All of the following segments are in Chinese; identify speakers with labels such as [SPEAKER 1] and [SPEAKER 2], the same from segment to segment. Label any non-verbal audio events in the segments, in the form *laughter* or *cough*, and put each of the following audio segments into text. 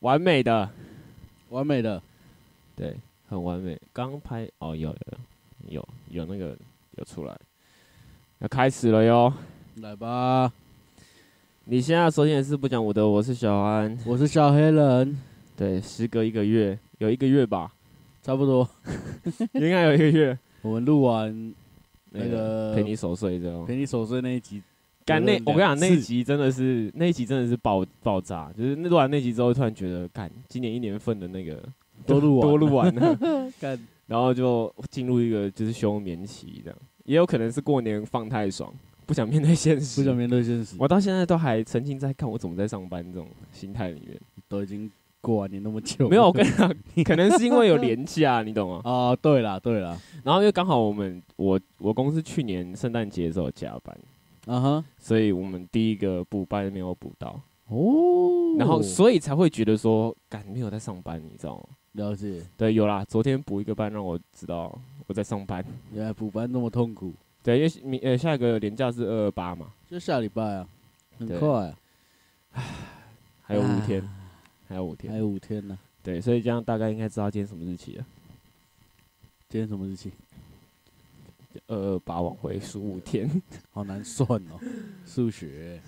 [SPEAKER 1] 完美的，
[SPEAKER 2] 完美的，
[SPEAKER 1] 对，很完美。刚拍哦，有有有有那个有出来，要开始了哟。
[SPEAKER 2] 来吧，
[SPEAKER 1] 你现在收听的是不讲武德，我是小安。
[SPEAKER 2] 我是小黑人，
[SPEAKER 1] 对，时隔一个月，有一个月
[SPEAKER 2] *laughs*
[SPEAKER 1] 吧，
[SPEAKER 2] 差不多，
[SPEAKER 1] 应该有一个月。
[SPEAKER 2] 我们录完
[SPEAKER 1] 那
[SPEAKER 2] 那
[SPEAKER 1] 个
[SPEAKER 2] 个
[SPEAKER 1] 陪你守岁这种，
[SPEAKER 2] 陪你守岁那一集，
[SPEAKER 1] 干那
[SPEAKER 2] 有
[SPEAKER 1] 我跟你讲，那
[SPEAKER 2] 两
[SPEAKER 1] 一
[SPEAKER 2] 次
[SPEAKER 1] 集真的是那一集真的是爆爆炸，就是那录完那集之后，突然觉得，干今年一年份的那个
[SPEAKER 2] 都录完
[SPEAKER 1] 多录完了，
[SPEAKER 2] 干
[SPEAKER 1] 然后就进入一个就是休眠期，这样也有可能是过年放太爽，不想面对现实，
[SPEAKER 2] 不想面对现实，
[SPEAKER 1] 我到现在都还沉浸在看我怎么在上班这种心态里
[SPEAKER 2] *laughs*
[SPEAKER 1] 面。
[SPEAKER 2] 都已经过完年那么久了，
[SPEAKER 1] 没有，我跟你讲，可能是因为有廉价，你懂吗？ *laughs*
[SPEAKER 2] *laughs* 啊，对啦对啦，
[SPEAKER 1] 然后因为刚好我们我我公司去年圣诞节的时候有加班，
[SPEAKER 2] 啊哈，
[SPEAKER 1] 所以我们第一个补班没有补到，
[SPEAKER 2] 哦，
[SPEAKER 1] 然后所以才会觉得说，感没有在上班，你知道吗？
[SPEAKER 2] 了解，
[SPEAKER 1] 对，有啦，昨天补一个班让我知道我在上班。
[SPEAKER 2] 原来补班那么痛苦，
[SPEAKER 1] 对，因为明呃下一个年假是二二八嘛，
[SPEAKER 2] 就下礼拜啊，很
[SPEAKER 1] 对
[SPEAKER 2] 快啊，
[SPEAKER 1] 还有五天，还有五
[SPEAKER 2] 还
[SPEAKER 1] 天。
[SPEAKER 2] 有五天呢，
[SPEAKER 1] 对，所以这样大概应该知道今天什么日期了。
[SPEAKER 2] 今天什么日期？
[SPEAKER 1] 二二八往回数五天。
[SPEAKER 2] 好难算
[SPEAKER 1] *laughs*
[SPEAKER 2] 哦，数学，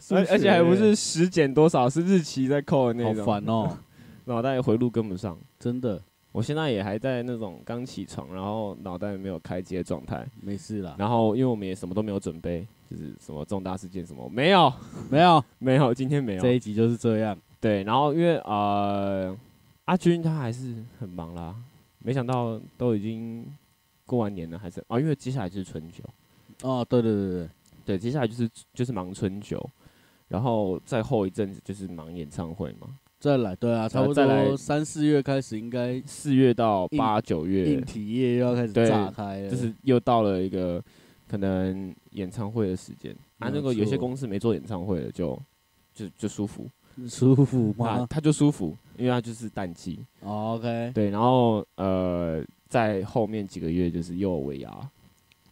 [SPEAKER 2] 数
[SPEAKER 1] 而而且还不
[SPEAKER 2] 学
[SPEAKER 1] 是十减多少，是日期在扣的那
[SPEAKER 2] 好
[SPEAKER 1] 种，
[SPEAKER 2] 烦哦，
[SPEAKER 1] 脑袋回路跟不上。
[SPEAKER 2] 真的
[SPEAKER 1] 我现在也还在那种刚起床，然后脑袋没有开机的状态。
[SPEAKER 2] 没事啦，
[SPEAKER 1] 然后因为我们也什么都没有准备，就是什么重大事件什么没有，
[SPEAKER 2] 没有，
[SPEAKER 1] 没有，今天没
[SPEAKER 2] 这
[SPEAKER 1] 有。
[SPEAKER 2] 一集就是这样，
[SPEAKER 1] 对，然后因为呃，阿军他还是很忙啦，没想到都已经过完年了，还是啊，因为接下来就是春酒。
[SPEAKER 2] 哦，对对对对，
[SPEAKER 1] 对，接下来就是就是忙春酒，然后再后一阵子就是忙演唱会嘛。
[SPEAKER 2] 再来，对啊，差不
[SPEAKER 1] 呃再来
[SPEAKER 2] 多三四月开始应该
[SPEAKER 1] 四月到
[SPEAKER 2] 硬
[SPEAKER 1] 八九月
[SPEAKER 2] 硬，体业又要开始
[SPEAKER 1] 对
[SPEAKER 2] 炸开了，
[SPEAKER 1] 就是又到了一个可能演唱会的时间。啊，
[SPEAKER 2] 没
[SPEAKER 1] 那个有些
[SPEAKER 2] 错
[SPEAKER 1] 公司没做演唱会的就就就舒服，
[SPEAKER 2] 舒服
[SPEAKER 1] 那
[SPEAKER 2] 吗
[SPEAKER 1] 他就舒服，因为他就是淡季。
[SPEAKER 2] 哦？OK，
[SPEAKER 1] 啊对，然后呃，在后面几个月就是又有尾牙，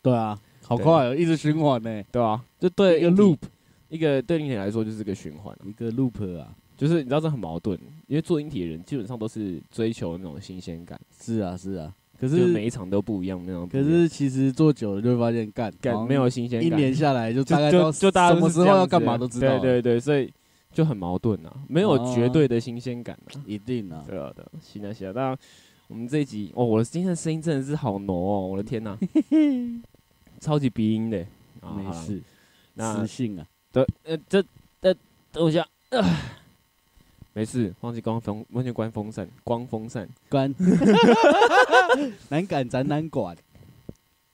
[SPEAKER 2] 对啊，好
[SPEAKER 1] 对
[SPEAKER 2] 快哦，一直循环呢，
[SPEAKER 1] 对啊，就对
[SPEAKER 2] 一个
[SPEAKER 1] 硬体
[SPEAKER 2] loop
[SPEAKER 1] 一个对硬体来说就是个循环啊、
[SPEAKER 2] 一个 loop 啊，
[SPEAKER 1] 就是你知道这很矛盾，因为做硬体的人基本上都是追求那种新鲜感，
[SPEAKER 2] 是啊是啊，可
[SPEAKER 1] 就是
[SPEAKER 2] 是
[SPEAKER 1] 每一场都不一样那种不一
[SPEAKER 2] 可
[SPEAKER 1] 样。
[SPEAKER 2] 是其实做久了就会发现干
[SPEAKER 1] 感嗯没。有新鲜
[SPEAKER 2] 好
[SPEAKER 1] 感，
[SPEAKER 2] 像一年下来就
[SPEAKER 1] 就
[SPEAKER 2] 大概
[SPEAKER 1] 就
[SPEAKER 2] 都
[SPEAKER 1] 就大家
[SPEAKER 2] 什么
[SPEAKER 1] 都是
[SPEAKER 2] 时候
[SPEAKER 1] 这样
[SPEAKER 2] 要
[SPEAKER 1] 子
[SPEAKER 2] 干
[SPEAKER 1] 的
[SPEAKER 2] 嘛都知道了，啊哦
[SPEAKER 1] 对对对，所以就很矛盾啊，没有绝对的新鲜感啊。
[SPEAKER 2] 一定啊，
[SPEAKER 1] 对啊，对啊，行啊行啊。那我们这一集哦，我的今天的声音真的是好浓哦，我的天
[SPEAKER 2] *laughs*
[SPEAKER 1] 哪、超级鼻音的。啊
[SPEAKER 2] 没，
[SPEAKER 1] 好啦
[SPEAKER 2] 事，
[SPEAKER 1] 那
[SPEAKER 2] 磁性啊，
[SPEAKER 1] 对，呃，这呃，等我一下，呃没事，忘记关风，忘记关风扇，光风扇。
[SPEAKER 2] 关 *laughs* 南港展览馆，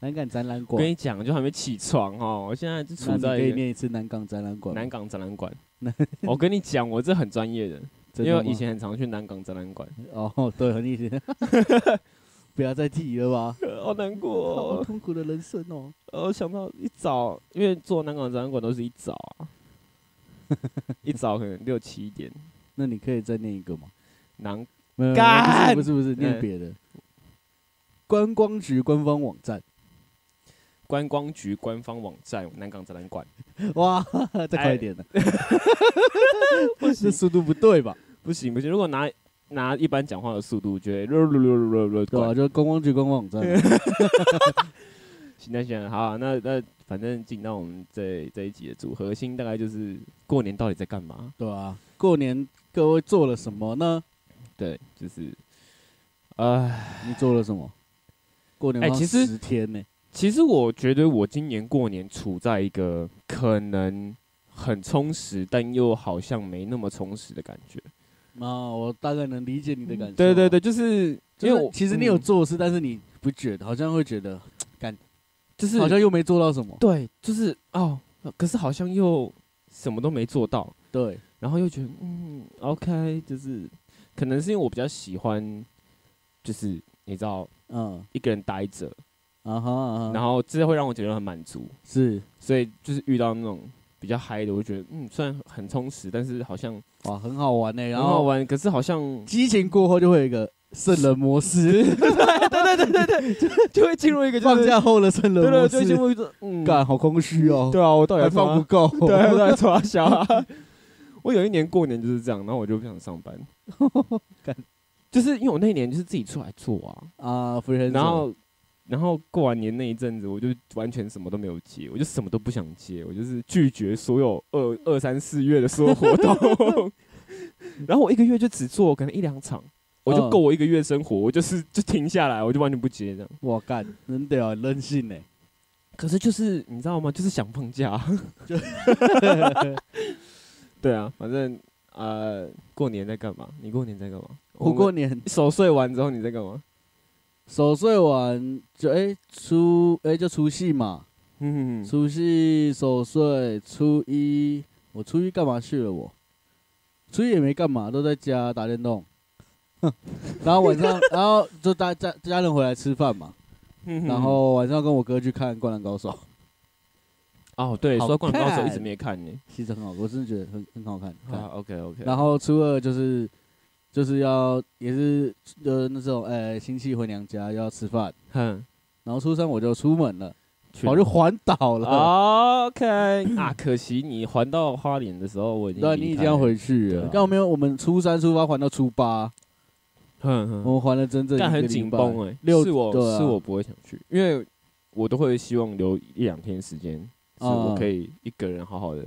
[SPEAKER 2] 南港展览
[SPEAKER 1] 我
[SPEAKER 2] 馆
[SPEAKER 1] 跟，你讲，就还没起床哦，我现在就
[SPEAKER 2] 那
[SPEAKER 1] 处
[SPEAKER 2] 你
[SPEAKER 1] 在
[SPEAKER 2] 可以
[SPEAKER 1] 一
[SPEAKER 2] 念一次南港展览
[SPEAKER 1] 个
[SPEAKER 2] 馆吗，
[SPEAKER 1] 南港展览馆。我跟你讲，我这很专业的，
[SPEAKER 2] 真的
[SPEAKER 1] 因为
[SPEAKER 2] 吗
[SPEAKER 1] 以前很常去南港展览馆，
[SPEAKER 2] *laughs* 哦，对，很以前， *laughs* 不要再提了吧，
[SPEAKER 1] 呃好难过、
[SPEAKER 2] 好
[SPEAKER 1] 哦。
[SPEAKER 2] 痛苦的人生哦，
[SPEAKER 1] 我想到一早，因为做南港展览馆都是一早啊，一早可能六七点。
[SPEAKER 2] 那你可以再念一个吗？
[SPEAKER 1] 南
[SPEAKER 2] 没有，没
[SPEAKER 1] 干
[SPEAKER 2] 有不是不是不是，念
[SPEAKER 1] 嗯
[SPEAKER 2] 别的。观光局官方网站，
[SPEAKER 1] 观光局官方网站南港展览馆，
[SPEAKER 2] 哇， *laughs* 再快
[SPEAKER 1] 哎 *laughs*
[SPEAKER 2] 一点呢？这速度不对吧？
[SPEAKER 1] 不行不行，如果拿拿一般讲话的速度，就会噜噜噜噜噜噜
[SPEAKER 2] 对啊，
[SPEAKER 1] 噜。
[SPEAKER 2] 就观光局官方网站，
[SPEAKER 1] *laughs* 行那行，好啊、那那反正进到我们这这一集的主核心，大概就是过年到底在干嘛？
[SPEAKER 2] 对啊，过年各位做了什么呢？
[SPEAKER 1] 对，就是，呃，
[SPEAKER 2] 你做了什么？过年
[SPEAKER 1] 哎
[SPEAKER 2] 放
[SPEAKER 1] 其实
[SPEAKER 2] 十天呢、
[SPEAKER 1] 其实我觉得我今年过年处在一个可能很充实，但又好像没那么充实的感觉。
[SPEAKER 2] 啊，我大概能理解你的感
[SPEAKER 1] 嗯
[SPEAKER 2] 受。
[SPEAKER 1] 对对对，，就是
[SPEAKER 2] 就
[SPEAKER 1] 因为
[SPEAKER 2] 是
[SPEAKER 1] 我
[SPEAKER 2] 其实你有
[SPEAKER 1] 嗯
[SPEAKER 2] 做事，但是你不觉得，好像会觉得
[SPEAKER 1] 就是
[SPEAKER 2] 好像又没做到什么。
[SPEAKER 1] 对，就是哦，可是好像又什么都没做到，
[SPEAKER 2] 对，
[SPEAKER 1] 然后又觉得嗯，OK，就是可能是因为我比较喜欢，就是你知道
[SPEAKER 2] 嗯，
[SPEAKER 1] 一个人待着，
[SPEAKER 2] 啊哈，啊哈
[SPEAKER 1] 然后这会让我觉得很满足，
[SPEAKER 2] 是
[SPEAKER 1] 所以就是遇到那种。比较嗨的，我觉得嗯，虽然很充实，但是好像
[SPEAKER 2] 哇，很好玩呢、
[SPEAKER 1] 很
[SPEAKER 2] 然
[SPEAKER 1] 好
[SPEAKER 2] 后
[SPEAKER 1] 玩，可是好像
[SPEAKER 2] 激情过后就会有一个圣人模式，
[SPEAKER 1] *laughs* 就会进入一个就
[SPEAKER 2] *laughs* 放
[SPEAKER 1] 是
[SPEAKER 2] 假后的圣
[SPEAKER 1] 对
[SPEAKER 2] 人
[SPEAKER 1] 对，
[SPEAKER 2] 模
[SPEAKER 1] 就进
[SPEAKER 2] 式，
[SPEAKER 1] 入一种嗯，
[SPEAKER 2] 干好空虚哦，
[SPEAKER 1] *laughs* 对啊，我到底
[SPEAKER 2] 还
[SPEAKER 1] 在
[SPEAKER 2] 放
[SPEAKER 1] 放
[SPEAKER 2] 不够，
[SPEAKER 1] 对，我到底在冲他笑啊？ *laughs* 我有一年过年就是这样，然后我就不想上 *laughs* 班，就是因为我那一年就是自己出来做啊，
[SPEAKER 2] *laughs* 啊，不是，
[SPEAKER 1] 然后然后过完年那一阵子，我就完全什么都没有接，我就什么都不想接，我就是拒绝所有二二三四月的所有活 *laughs* 动，然后我一个月就只做可能一两场，我就
[SPEAKER 2] 嗯
[SPEAKER 1] 够我一个月生活，我就是就停下来，我就完全不接这样。
[SPEAKER 2] 我干，真的哦，任性呢。
[SPEAKER 1] 可是就是你知道吗？就是想放假， *laughs* 对啊，反正呃，过年在干嘛？你过年在干嘛？
[SPEAKER 2] 我过
[SPEAKER 1] 们
[SPEAKER 2] 年
[SPEAKER 1] 守岁完之后你在干嘛？
[SPEAKER 2] 守岁完就哎、初哎、就除夕嘛，
[SPEAKER 1] 嗯，
[SPEAKER 2] 除夕守岁，初一我初一干嘛去了我？初一也没干嘛，都在家打电动。然后晚上，然后就大家家人回来吃饭嘛，
[SPEAKER 1] 嗯
[SPEAKER 2] 然后晚上跟我哥去看《灌篮高手》， *laughs*
[SPEAKER 1] 哦，对，
[SPEAKER 2] 好
[SPEAKER 1] 说《灌篮高手》一直
[SPEAKER 2] 看
[SPEAKER 1] 没看呢。
[SPEAKER 2] 其实很好，我真的觉得很很好看。
[SPEAKER 1] 啊，OK OK。
[SPEAKER 2] 然后初二就是就是要也是呃那种呃亲戚回娘家要吃饭，
[SPEAKER 1] 哼，
[SPEAKER 2] 然后初三我就出门了，
[SPEAKER 1] 去哦
[SPEAKER 2] 我就环岛了，
[SPEAKER 1] OK 啊，可惜你还到花莲的时候，我已经
[SPEAKER 2] 对，啊
[SPEAKER 1] 离
[SPEAKER 2] 你已
[SPEAKER 1] 开
[SPEAKER 2] 经要
[SPEAKER 1] 了，
[SPEAKER 2] 回去
[SPEAKER 1] 对
[SPEAKER 2] 了
[SPEAKER 1] 啊，
[SPEAKER 2] 但我没有，我们初三出发环到初八，
[SPEAKER 1] 哼
[SPEAKER 2] 我
[SPEAKER 1] 哼，
[SPEAKER 2] 们环了整整
[SPEAKER 1] 但
[SPEAKER 2] 一
[SPEAKER 1] 很
[SPEAKER 2] 个礼
[SPEAKER 1] 紧
[SPEAKER 2] 拜
[SPEAKER 1] 绷哎。
[SPEAKER 2] 六
[SPEAKER 1] 是我
[SPEAKER 2] 对啊
[SPEAKER 1] 是我不会想去，因为我都会希望留一两天时间，是我
[SPEAKER 2] 嗯
[SPEAKER 1] 可以一个人好好的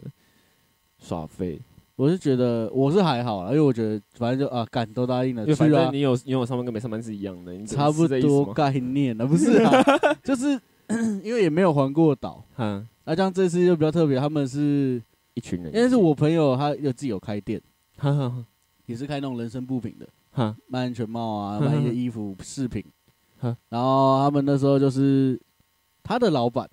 [SPEAKER 1] 耍废。
[SPEAKER 2] 我是觉得我是还好啦，因为我觉得反正就啊，干都答应了
[SPEAKER 1] 因为反
[SPEAKER 2] 去
[SPEAKER 1] 正
[SPEAKER 2] 啊，
[SPEAKER 1] 你有你有上班跟没上班是一样的，你只
[SPEAKER 2] 差不
[SPEAKER 1] 是这意思
[SPEAKER 2] 多
[SPEAKER 1] 吗。
[SPEAKER 2] 概念了，不是啊， *laughs* 就是 *coughs* 因为也没有环过岛，
[SPEAKER 1] 嗯，
[SPEAKER 2] 那像这次就比较特别，他们是
[SPEAKER 1] 一群人，
[SPEAKER 2] 因为是我朋友他有自己有开店，
[SPEAKER 1] 哈哈
[SPEAKER 2] 也是开那种人身布品的，
[SPEAKER 1] 哈，
[SPEAKER 2] 卖安全帽啊，
[SPEAKER 1] *laughs* 嗯
[SPEAKER 2] 卖一些衣服
[SPEAKER 1] *laughs*
[SPEAKER 2] 饰品
[SPEAKER 1] 嗯，
[SPEAKER 2] 然后他们那时候就是他的老板，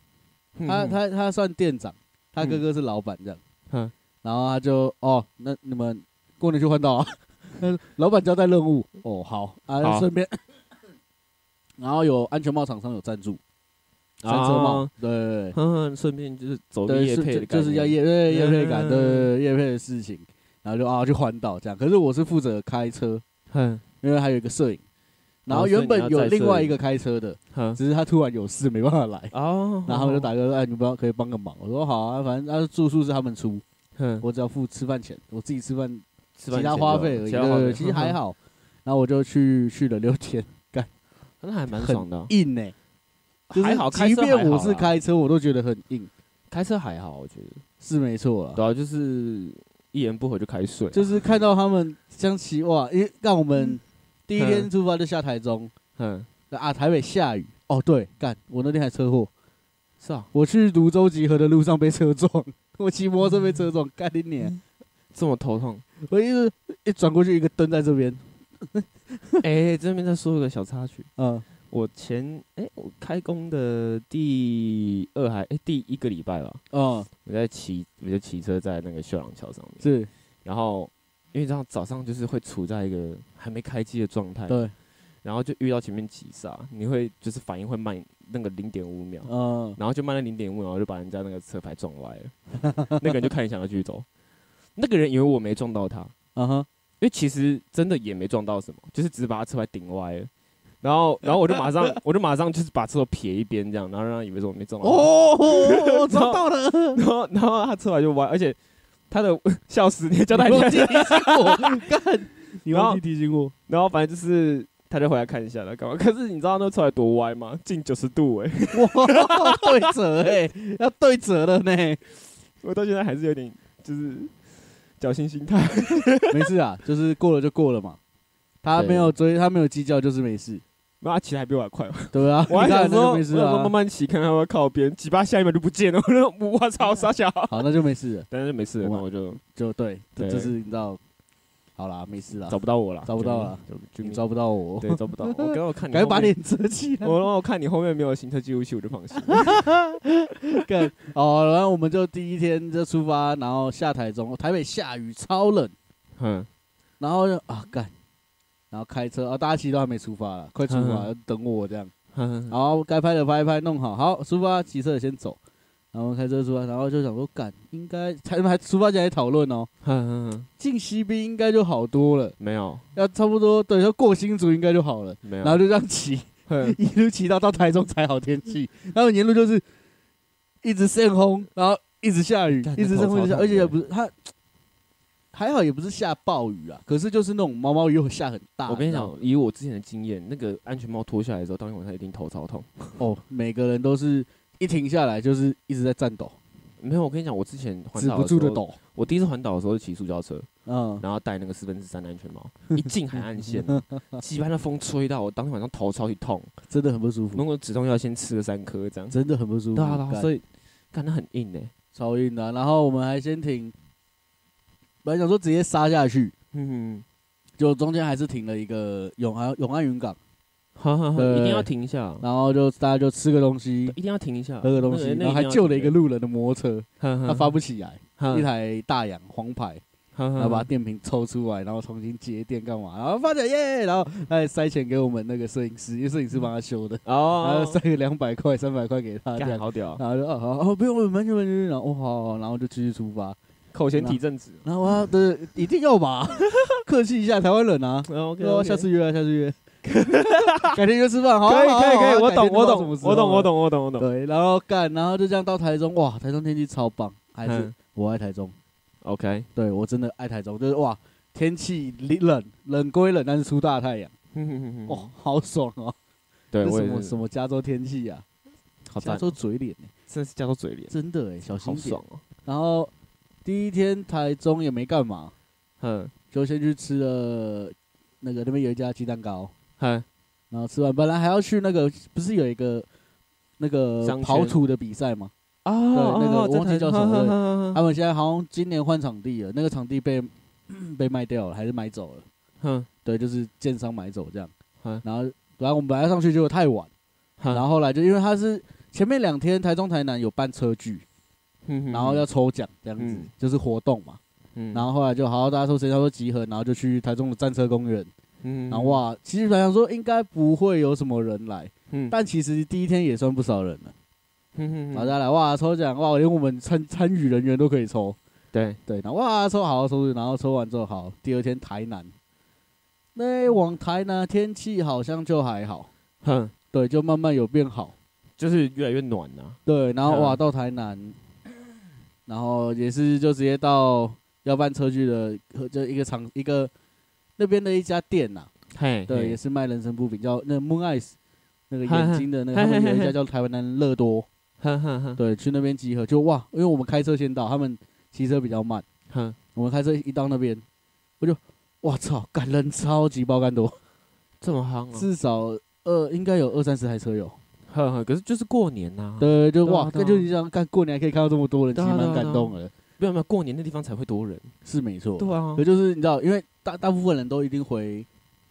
[SPEAKER 2] 他
[SPEAKER 1] 嗯
[SPEAKER 2] 他他算店长，他哥
[SPEAKER 1] 嗯
[SPEAKER 2] 哥是老板这样。
[SPEAKER 1] 嗯
[SPEAKER 2] 然后他就哦，那你们过年去环岛啊？ *laughs* 那老板交代任务哦，好啊，
[SPEAKER 1] 好
[SPEAKER 2] 顺便， *laughs* 然后有安全帽厂商有赞助，三色帽
[SPEAKER 1] 啊，
[SPEAKER 2] 对对
[SPEAKER 1] 哼哼，顺便就是走个
[SPEAKER 2] 对，
[SPEAKER 1] 夜
[SPEAKER 2] 对，
[SPEAKER 1] 配
[SPEAKER 2] 是
[SPEAKER 1] 的
[SPEAKER 2] 就
[SPEAKER 1] 概
[SPEAKER 2] 就是要
[SPEAKER 1] 念
[SPEAKER 2] 夜对夜配感，
[SPEAKER 1] 嗯
[SPEAKER 2] 对对对夜配的事情，然后就啊去环岛这样。可是我是负责开车，
[SPEAKER 1] 哼
[SPEAKER 2] 因为还有一个摄影，然后
[SPEAKER 1] 哦所以
[SPEAKER 2] 原
[SPEAKER 1] 你
[SPEAKER 2] 本
[SPEAKER 1] 要
[SPEAKER 2] 有
[SPEAKER 1] 在
[SPEAKER 2] 另外
[SPEAKER 1] 摄
[SPEAKER 2] 一
[SPEAKER 1] 影
[SPEAKER 2] 个开车的，
[SPEAKER 1] 哼
[SPEAKER 2] 只是他突然有事没办法来。
[SPEAKER 1] 哦，
[SPEAKER 2] 然后他们就打个，哎，你不要可以帮个忙。我说好啊，反正啊住宿是他们出，
[SPEAKER 1] 哼
[SPEAKER 2] 我只要付吃饭钱，我自己吃饭，
[SPEAKER 1] 吃
[SPEAKER 2] 其
[SPEAKER 1] 饭
[SPEAKER 2] 他
[SPEAKER 1] 前
[SPEAKER 2] 花
[SPEAKER 1] 就
[SPEAKER 2] 费而已。
[SPEAKER 1] 其
[SPEAKER 2] 对
[SPEAKER 1] 他花
[SPEAKER 2] 对
[SPEAKER 1] 费
[SPEAKER 2] 对，其实还，
[SPEAKER 1] 哼
[SPEAKER 2] 好。
[SPEAKER 1] *laughs*
[SPEAKER 2] 然后我就去去了六天，
[SPEAKER 1] 那还蛮
[SPEAKER 2] 很
[SPEAKER 1] 爽的啊。
[SPEAKER 2] 硬呢，就是
[SPEAKER 1] *laughs* 还好开
[SPEAKER 2] 即
[SPEAKER 1] 车还
[SPEAKER 2] 便我
[SPEAKER 1] 好
[SPEAKER 2] 是
[SPEAKER 1] 啦
[SPEAKER 2] 开车，我都觉得很硬，
[SPEAKER 1] 开车还好，我觉得。
[SPEAKER 2] 是没错啦。
[SPEAKER 1] 对啊，就是一言不合就开睡啊。
[SPEAKER 2] 就是看到他们像骑哇，因为让我们第一天出发就下台中
[SPEAKER 1] 嗯，
[SPEAKER 2] 啊，台北下雨哦，对，干我那天还车祸，
[SPEAKER 1] 是啊，
[SPEAKER 2] 我去泸州集合的路上被车撞， *laughs* 我骑摩托车被车撞，干你娘！
[SPEAKER 1] 嗯这么头 *laughs* 痛。
[SPEAKER 2] 我一直一转过去，一个灯在这边，
[SPEAKER 1] 哎，这边再说一个小插曲，
[SPEAKER 2] 嗯
[SPEAKER 1] 我前哎我开工的第二还哎第一个礼拜吧，
[SPEAKER 2] 嗯，
[SPEAKER 1] 我在骑我就骑车在那个秀朗桥上面，
[SPEAKER 2] 是
[SPEAKER 1] 然后因为你知道早上就是会处在一个还没开机的状态，
[SPEAKER 2] 对，
[SPEAKER 1] 然后就遇到前面急刹，你会就是反应会慢那个零点五秒，
[SPEAKER 2] 嗯，
[SPEAKER 1] 然后就慢了零点五，然后就把人家那个车牌撞歪了。那个人就看你想要继续走，那个人以为我没撞到他，因
[SPEAKER 2] 啊哈，
[SPEAKER 1] 为其实真的也没撞到什么，就是只是把他车牌顶歪了。然后，然后我就马 *laughs* 上，我就马上就是把车头撇一边这样，然后让他以为是我没撞到他。
[SPEAKER 2] 哦，我撞到了，
[SPEAKER 1] 然后，然后他车牌就歪，而且他的 *laughs* 笑死你，叫他
[SPEAKER 2] 忘记
[SPEAKER 1] 一
[SPEAKER 2] 提醒 *laughs* 我，干，你
[SPEAKER 1] 然
[SPEAKER 2] 忘
[SPEAKER 1] 后
[SPEAKER 2] 记提醒我，
[SPEAKER 1] 然后反正就是他就回来看一下他干嘛。可是你知道那车牌多歪吗？近九十度哎、
[SPEAKER 2] 哇，对折 *laughs* 哎，要对折了呢，
[SPEAKER 1] 我到现在还是有点就是侥幸心态。
[SPEAKER 2] 没事啊，就是过了就过了嘛，他没有追，他没有计较，就是没事，
[SPEAKER 1] 妈，他骑得还比我还快。哦
[SPEAKER 2] 对啊，
[SPEAKER 1] 我还
[SPEAKER 2] 你看
[SPEAKER 1] 想
[SPEAKER 2] 那
[SPEAKER 1] 说，
[SPEAKER 2] 就
[SPEAKER 1] 我
[SPEAKER 2] 没
[SPEAKER 1] 想
[SPEAKER 2] 事
[SPEAKER 1] 说慢
[SPEAKER 2] 啊，
[SPEAKER 1] 慢骑，看看会不会靠边，几巴下一秒就不见了。我 *laughs* 说我操，傻小。
[SPEAKER 2] 好，那就没事了，
[SPEAKER 1] 但是没事，
[SPEAKER 2] 哇
[SPEAKER 1] 那我就
[SPEAKER 2] 就对，这
[SPEAKER 1] 对
[SPEAKER 2] 就是你知道，好啦，没事啦
[SPEAKER 1] 找，不到我了，
[SPEAKER 2] 啊找不到了
[SPEAKER 1] 就，就
[SPEAKER 2] 你
[SPEAKER 1] 就
[SPEAKER 2] 抓不到
[SPEAKER 1] *laughs*
[SPEAKER 2] 我，
[SPEAKER 1] 对，找不到。我刚刚我看你，
[SPEAKER 2] *laughs* 赶紧把，脸折起来
[SPEAKER 1] 我。让我看你后面没有行车记录器，我就放心。
[SPEAKER 2] *laughs* 干哦，然后我们就第一天就出发，然后下台中，台北下雨超冷，
[SPEAKER 1] 嗯，
[SPEAKER 2] 然后就啊干，然后开车啊，大家其实都还没出发了，快出发
[SPEAKER 1] 嗯
[SPEAKER 2] 了，等我这样，
[SPEAKER 1] 嗯
[SPEAKER 2] 然后该拍的拍一拍，弄好，好出发，骑车的先走，然后开车出发，然后就想说干，应该才还出发前还讨论哦，
[SPEAKER 1] 嗯嗯，
[SPEAKER 2] 进西滨应该就好多了，
[SPEAKER 1] 没有
[SPEAKER 2] 要差不多对，要过新竹应该就好了，
[SPEAKER 1] 没有。
[SPEAKER 2] 然后就这样骑，
[SPEAKER 1] 哼
[SPEAKER 2] *laughs* 一路骑到到台中才好天气，然后沿路就是一直盛轰，然后一直下雨
[SPEAKER 1] 干，
[SPEAKER 2] 一直盛
[SPEAKER 1] 那头
[SPEAKER 2] 轰，一直
[SPEAKER 1] 超
[SPEAKER 2] 下，
[SPEAKER 1] 痛
[SPEAKER 2] 而且也
[SPEAKER 1] 的
[SPEAKER 2] 不是它，还好也不是下暴雨啊，可是就是那种毛毛雨会下很大。
[SPEAKER 1] 我跟你
[SPEAKER 2] 知道
[SPEAKER 1] 讲
[SPEAKER 2] 吗，，
[SPEAKER 1] 以我之前的经验，那个安全帽脱下来的时候，当天晚上一定头超痛。
[SPEAKER 2] 哦，每个人都是一停下来就是一直在颤抖，
[SPEAKER 1] 没有，我跟你讲，我之前环
[SPEAKER 2] 止
[SPEAKER 1] 岛
[SPEAKER 2] 不住
[SPEAKER 1] 时
[SPEAKER 2] 的
[SPEAKER 1] 候，
[SPEAKER 2] 抖。
[SPEAKER 1] 我第一次环岛的时候是骑塑胶车，
[SPEAKER 2] 嗯，
[SPEAKER 1] 然后戴那个四分之三的安全
[SPEAKER 2] *laughs*
[SPEAKER 1] 帽，一进海岸线啊，西班的风吹到我当天晚上头超级痛，
[SPEAKER 2] 真的很不舒服
[SPEAKER 1] 如，果止痛药先吃了三颗这样。
[SPEAKER 2] 真的很不舒服。
[SPEAKER 1] 对啊，对啊
[SPEAKER 2] 干
[SPEAKER 1] 所以干那很硬哎。
[SPEAKER 2] 超硬的啊、然后我们还先停，本来想说直接杀下去，
[SPEAKER 1] 嗯，
[SPEAKER 2] 就中间还是停了一个永安永安云港，
[SPEAKER 1] 好好好，
[SPEAKER 2] 对
[SPEAKER 1] 一定要停一下，
[SPEAKER 2] 然后就大家就吃个东西
[SPEAKER 1] 对，一定要停一下，
[SPEAKER 2] 喝个东西，
[SPEAKER 1] 啊那
[SPEAKER 2] 然后还救了一个，路人的摩托车，
[SPEAKER 1] 他
[SPEAKER 2] 他发不起来，
[SPEAKER 1] 台，
[SPEAKER 2] 一台大洋黄牌，然
[SPEAKER 1] 好
[SPEAKER 2] 后把电瓶抽出来，然后重新接电干嘛，然后发起来耶，然后他还塞钱给我们那个摄影师，因为摄影师帮他修的， *laughs* 然后
[SPEAKER 1] 哦
[SPEAKER 2] 塞，个两百块三百块给他这
[SPEAKER 1] 干
[SPEAKER 2] 样。
[SPEAKER 1] 好屌，
[SPEAKER 2] 然后就哦好哦不用不用完全完全，然后哦好好，好然后就继续出发，
[SPEAKER 1] 口嫌体正直。
[SPEAKER 2] 然后啊，对，一定要吧， *laughs* 客气一下，台湾人啊。
[SPEAKER 1] 哦，OK，
[SPEAKER 2] 对啊，下次约啊，下次约， *laughs* 改天约吃饭，好啊，
[SPEAKER 1] 可以
[SPEAKER 2] 好啊
[SPEAKER 1] 可以
[SPEAKER 2] 好啊
[SPEAKER 1] 可以，我
[SPEAKER 2] 改天
[SPEAKER 1] 懂我
[SPEAKER 2] 不知道什么
[SPEAKER 1] 懂
[SPEAKER 2] 时候
[SPEAKER 1] 我懂
[SPEAKER 2] 啊
[SPEAKER 1] 我懂我懂我懂。
[SPEAKER 2] 对，然后干，然后就这样到台中，哇，台中天气超棒，还是
[SPEAKER 1] 嗯
[SPEAKER 2] 我爱台中，
[SPEAKER 1] ，OK，
[SPEAKER 2] 对我真的爱台中，就是哇，天气冷冷归冷，但是出大太阳，
[SPEAKER 1] 哦
[SPEAKER 2] 哦，，好爽哦，
[SPEAKER 1] 对，
[SPEAKER 2] 这
[SPEAKER 1] 我
[SPEAKER 2] 什
[SPEAKER 1] 也
[SPEAKER 2] 么
[SPEAKER 1] 是
[SPEAKER 2] 什么加州天气啊，
[SPEAKER 1] 好
[SPEAKER 2] 加
[SPEAKER 1] 赞，
[SPEAKER 2] 州嘴脸欸，
[SPEAKER 1] 真的是加到嘴脸，
[SPEAKER 2] 真的哎，小心
[SPEAKER 1] 好
[SPEAKER 2] 一点
[SPEAKER 1] 爽。哦。
[SPEAKER 2] 然后第一天台中也没干嘛，
[SPEAKER 1] 嗯，
[SPEAKER 2] 就先去吃了那个那边有一家鸡蛋糕，
[SPEAKER 1] 嗨，
[SPEAKER 2] 然后吃完，本来还要去那个，不是有一个那个
[SPEAKER 1] 商圈
[SPEAKER 2] 刨土的比赛吗？
[SPEAKER 1] 啊，
[SPEAKER 2] 那个
[SPEAKER 1] 哦
[SPEAKER 2] 我忘记叫什么对
[SPEAKER 1] 么
[SPEAKER 2] 他们啊现在好像今年换场地了，那个场地被 *coughs* 被卖掉了，还是买走了？
[SPEAKER 1] 哼
[SPEAKER 2] 对，就是建商买走这样。
[SPEAKER 1] 哼
[SPEAKER 2] 然后，然后我们本来要上去，结果太晚。
[SPEAKER 1] 哼，
[SPEAKER 2] 然后后来就因为他是前面两天台中、台南有办车剧，
[SPEAKER 1] 嗯
[SPEAKER 2] 然后要，抽奖这样子
[SPEAKER 1] 嗯，
[SPEAKER 2] 就是活动嘛。
[SPEAKER 1] 嗯
[SPEAKER 2] 然后后来就好好大家说谁要说集合，然后就去台中的战车公园。
[SPEAKER 1] 嗯
[SPEAKER 2] 然后，哇，其实本来想说应该不会有什么人来，
[SPEAKER 1] 嗯，
[SPEAKER 2] 但其实第一天也算不少人了。
[SPEAKER 1] 嗯
[SPEAKER 2] 然后再来哇抽奖哇，连我们参参与人员都可以抽，
[SPEAKER 1] 对，
[SPEAKER 2] 对，然后哇抽好抽，然后抽完之后好，第二天台南，
[SPEAKER 1] 嗯
[SPEAKER 2] 那往台南天气好像就还好，
[SPEAKER 1] 哼，
[SPEAKER 2] 对，就慢慢有变好，
[SPEAKER 1] 就是越来越暖呐。
[SPEAKER 2] 对，然后
[SPEAKER 1] 嗯
[SPEAKER 2] 哇到台南，然后也是就直接到要办车具的，呃就一个厂一个那边的一家店呐、
[SPEAKER 1] 嘿，
[SPEAKER 2] 对，
[SPEAKER 1] 嘿
[SPEAKER 2] 也，是卖人参布饼，叫那 Moon Eyes 那个
[SPEAKER 1] 嗨
[SPEAKER 2] 眼
[SPEAKER 1] 嗨
[SPEAKER 2] 睛的那个，
[SPEAKER 1] 嗨
[SPEAKER 2] 他们
[SPEAKER 1] 嗨
[SPEAKER 2] 有一
[SPEAKER 1] 嗨
[SPEAKER 2] 家叫台湾南乐多，
[SPEAKER 1] 哼哼哼，
[SPEAKER 2] 对，去那边集合就哇，因为我们开车先到，他们骑车比较慢，
[SPEAKER 1] 哼，
[SPEAKER 2] 我们开车一到那边，我就哇操，感人超级爆肝多，
[SPEAKER 1] 这么夯啊，
[SPEAKER 2] 至少二应该有二三十台车友，
[SPEAKER 1] 哼哼，可是就是过年呐，
[SPEAKER 2] 对，就
[SPEAKER 1] 对啊
[SPEAKER 2] 哇，
[SPEAKER 1] 对
[SPEAKER 2] 那
[SPEAKER 1] 啊
[SPEAKER 2] 就你想干过年还可以看到这么多人，其
[SPEAKER 1] 对啊
[SPEAKER 2] 实蛮
[SPEAKER 1] 对啊
[SPEAKER 2] 感
[SPEAKER 1] 对啊
[SPEAKER 2] 动的，
[SPEAKER 1] 没有没有，过年那地方才会多人。
[SPEAKER 2] 是没错，
[SPEAKER 1] 对啊
[SPEAKER 2] 可，就是你知道，因为大大部分人都一定回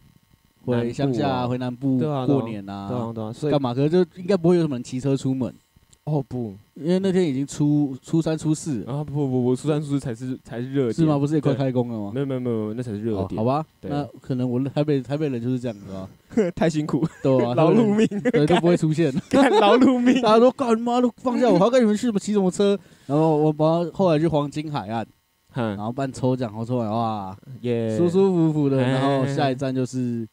[SPEAKER 1] 南部
[SPEAKER 2] 回乡下、
[SPEAKER 1] 啊
[SPEAKER 2] 回南部
[SPEAKER 1] 对啊对啊
[SPEAKER 2] 过年
[SPEAKER 1] 对啊
[SPEAKER 2] 啊，
[SPEAKER 1] 对啊，所以
[SPEAKER 2] 干嘛？可是就应该不会有什么人骑车出门，
[SPEAKER 1] 哦不
[SPEAKER 2] 因为那天已经初初三初四了，
[SPEAKER 1] 啊不不不，苏珊苏才是才是热点
[SPEAKER 2] 是吗？不是也快
[SPEAKER 1] 对
[SPEAKER 2] 开工了吗？
[SPEAKER 1] 没有没有没有，那才是热
[SPEAKER 2] 哦
[SPEAKER 1] 点。
[SPEAKER 2] 好，吧，
[SPEAKER 1] 对
[SPEAKER 2] 那可能我台北台北人就是这样子啊，
[SPEAKER 1] *laughs* 太辛苦，
[SPEAKER 2] 对
[SPEAKER 1] *laughs*
[SPEAKER 2] 啊，
[SPEAKER 1] 劳碌命，
[SPEAKER 2] 对都不会出现，
[SPEAKER 1] 干劳碌 *laughs*
[SPEAKER 2] *laughs*
[SPEAKER 1] 命。
[SPEAKER 2] 大家都干妈都放下我，还要跟你们去什么骑什么车，然后我把后来去黄金海岸，然
[SPEAKER 1] 哼
[SPEAKER 2] 后办抽奖，然后抽完哇，
[SPEAKER 1] 耶，
[SPEAKER 2] 舒舒服服的，
[SPEAKER 1] 哎
[SPEAKER 2] 然后下一站就是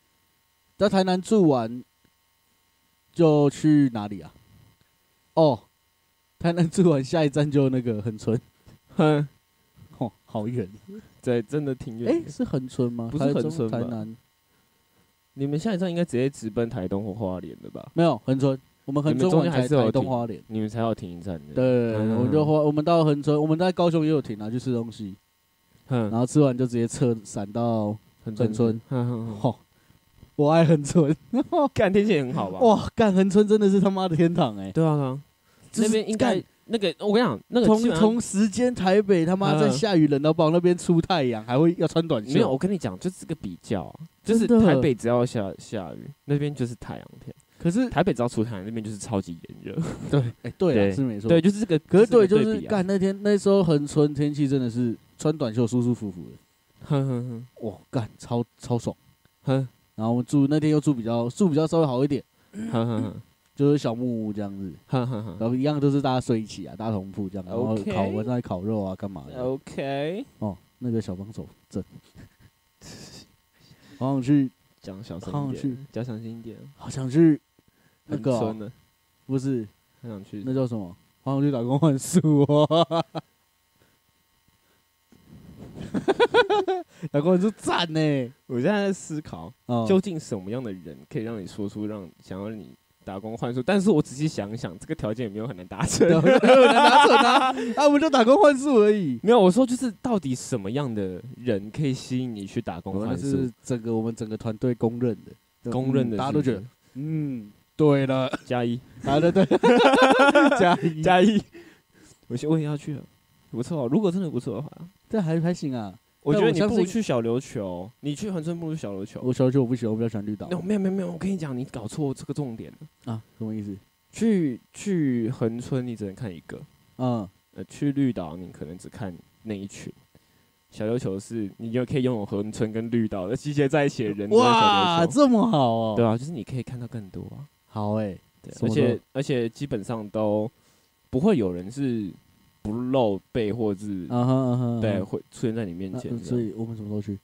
[SPEAKER 2] 在台南住完就去哪里啊？哦，台南住完下一站就那个恒春， *laughs*
[SPEAKER 1] 哼，
[SPEAKER 2] 哦，好远，
[SPEAKER 1] 在真的挺远
[SPEAKER 2] 哎，
[SPEAKER 1] 的。
[SPEAKER 2] 是恒春吗？
[SPEAKER 1] 不是
[SPEAKER 2] 台中
[SPEAKER 1] 恒春吧
[SPEAKER 2] 台南
[SPEAKER 1] 你们下一站应该直接直奔台东或花莲的吧？
[SPEAKER 2] 没有恒春，我们恒
[SPEAKER 1] 你们
[SPEAKER 2] 春
[SPEAKER 1] 中
[SPEAKER 2] 完
[SPEAKER 1] 间还
[SPEAKER 2] 才
[SPEAKER 1] 是有
[SPEAKER 2] 台东
[SPEAKER 1] 停
[SPEAKER 2] 花莲。
[SPEAKER 1] 你们才要停一站的。，
[SPEAKER 2] 对，
[SPEAKER 1] 嗯
[SPEAKER 2] 我们就花，我们到恒春，我们在高雄也有停啊，去吃东西，然
[SPEAKER 1] 哼，
[SPEAKER 2] 后吃完就直接撤散到，
[SPEAKER 1] 很
[SPEAKER 2] 很啊村
[SPEAKER 1] 哼哼哼，
[SPEAKER 2] 哦，我爱恒春， *laughs*
[SPEAKER 1] 干天气也很好吧？
[SPEAKER 2] 哇，干恒春真的是他妈的天堂哎、
[SPEAKER 1] 对啊，对啊，
[SPEAKER 2] 就是
[SPEAKER 1] 那边应该
[SPEAKER 2] 干
[SPEAKER 1] 那个，我跟你讲，那个
[SPEAKER 2] 同
[SPEAKER 1] 基本上
[SPEAKER 2] 同时间台北他妈在
[SPEAKER 1] 嗯
[SPEAKER 2] 下雨冷到爆，那边出太阳还会要穿短袖，
[SPEAKER 1] 没有，我跟你讲，就是个比较啊，就是
[SPEAKER 2] 真的
[SPEAKER 1] 台北只要下下雨，那边就是太阳天；
[SPEAKER 2] 可是
[SPEAKER 1] 台北只要出太阳，那边就是超级炎热。
[SPEAKER 2] 对，哎、对
[SPEAKER 1] 对
[SPEAKER 2] 啊，是没错，
[SPEAKER 1] 对，，就是这个。
[SPEAKER 2] 可是对，
[SPEAKER 1] 这
[SPEAKER 2] 就
[SPEAKER 1] 个
[SPEAKER 2] 是
[SPEAKER 1] 比啊
[SPEAKER 2] 干那天那时候恒春天气真的是穿短袖舒舒服服的，
[SPEAKER 1] 哼哼哼
[SPEAKER 2] 哇，干超超爽，
[SPEAKER 1] 哼
[SPEAKER 2] 然后我们住那天又住比较住比较稍微好一点，
[SPEAKER 1] 哼哼
[SPEAKER 2] 就是小木屋这样子。
[SPEAKER 1] 哼哼哼。
[SPEAKER 2] 然后一样都是大家睡一起啊，大同铺这样，然后
[SPEAKER 1] OK
[SPEAKER 2] 烤晚上还烤肉啊，干嘛的？
[SPEAKER 1] OK，
[SPEAKER 2] 哦，那个小帮手正， *laughs* 好想去，
[SPEAKER 1] 讲小
[SPEAKER 2] 好
[SPEAKER 1] 声
[SPEAKER 2] 想
[SPEAKER 1] 一
[SPEAKER 2] 去
[SPEAKER 1] 点，讲小心一点。
[SPEAKER 2] 好想去，那
[SPEAKER 1] 很
[SPEAKER 2] 个哦
[SPEAKER 1] 村的，
[SPEAKER 2] 不是
[SPEAKER 1] 很想去
[SPEAKER 2] 那叫什么？ *laughs* 好想去打工换宿哦。老公说赞呢，
[SPEAKER 1] 我现在在思考，
[SPEAKER 2] 哦，
[SPEAKER 1] 究竟什么样的人可以让你说出让想要你打工换宿？但是我仔细想一想，这个条件也没有很难达成。
[SPEAKER 2] *laughs* 拿准
[SPEAKER 1] *laughs*
[SPEAKER 2] 啊，啊，我们就打工换宿而已。
[SPEAKER 1] 没有，我说就是到底什么样的人可以吸引你去打工
[SPEAKER 2] 我
[SPEAKER 1] 换
[SPEAKER 2] 们
[SPEAKER 1] 宿
[SPEAKER 2] 是？整个我们整个团队公认的，就
[SPEAKER 1] 公认的
[SPEAKER 2] 嗯大家都
[SPEAKER 1] 是
[SPEAKER 2] 觉
[SPEAKER 1] 不是
[SPEAKER 2] 得，嗯，对了，
[SPEAKER 1] 加 *laughs* 一
[SPEAKER 2] 答对对，加一，
[SPEAKER 1] 加一，我先我也要去了，不错哦。如果真的不错的话，
[SPEAKER 2] 这还还行啊。
[SPEAKER 1] 我觉
[SPEAKER 2] 但
[SPEAKER 1] 得
[SPEAKER 2] 我
[SPEAKER 1] 你
[SPEAKER 2] 相
[SPEAKER 1] 不如
[SPEAKER 2] 信
[SPEAKER 1] 去小琉球，你去横村不如去小琉球
[SPEAKER 2] 我。小琉球我不喜欢，我比较喜欢绿岛
[SPEAKER 1] 那、没有没有没有，我跟你讲，你搞错这个重点了。
[SPEAKER 2] 啊，什么意思？
[SPEAKER 1] 去去横村你只能看一个，
[SPEAKER 2] 嗯，
[SPEAKER 1] 呃，去绿岛你可能只看那一群。小琉球是你就可以拥有横村跟绿岛的 *laughs* 集结在一起的人都在小
[SPEAKER 2] 哇，
[SPEAKER 1] 琉球，
[SPEAKER 2] 这么好哦，
[SPEAKER 1] 对啊，就是你可以看到更多啊。
[SPEAKER 2] 好哎，
[SPEAKER 1] 对，
[SPEAKER 2] 什
[SPEAKER 1] 而
[SPEAKER 2] 么
[SPEAKER 1] 且
[SPEAKER 2] 都
[SPEAKER 1] 而且基本上都不会有人是不露背或是、
[SPEAKER 2] 嗯哼嗯哼，
[SPEAKER 1] 对
[SPEAKER 2] 嗯哼
[SPEAKER 1] 会出现在你面前
[SPEAKER 2] 那
[SPEAKER 1] 这样。
[SPEAKER 2] 嗯所以我们什么时候去？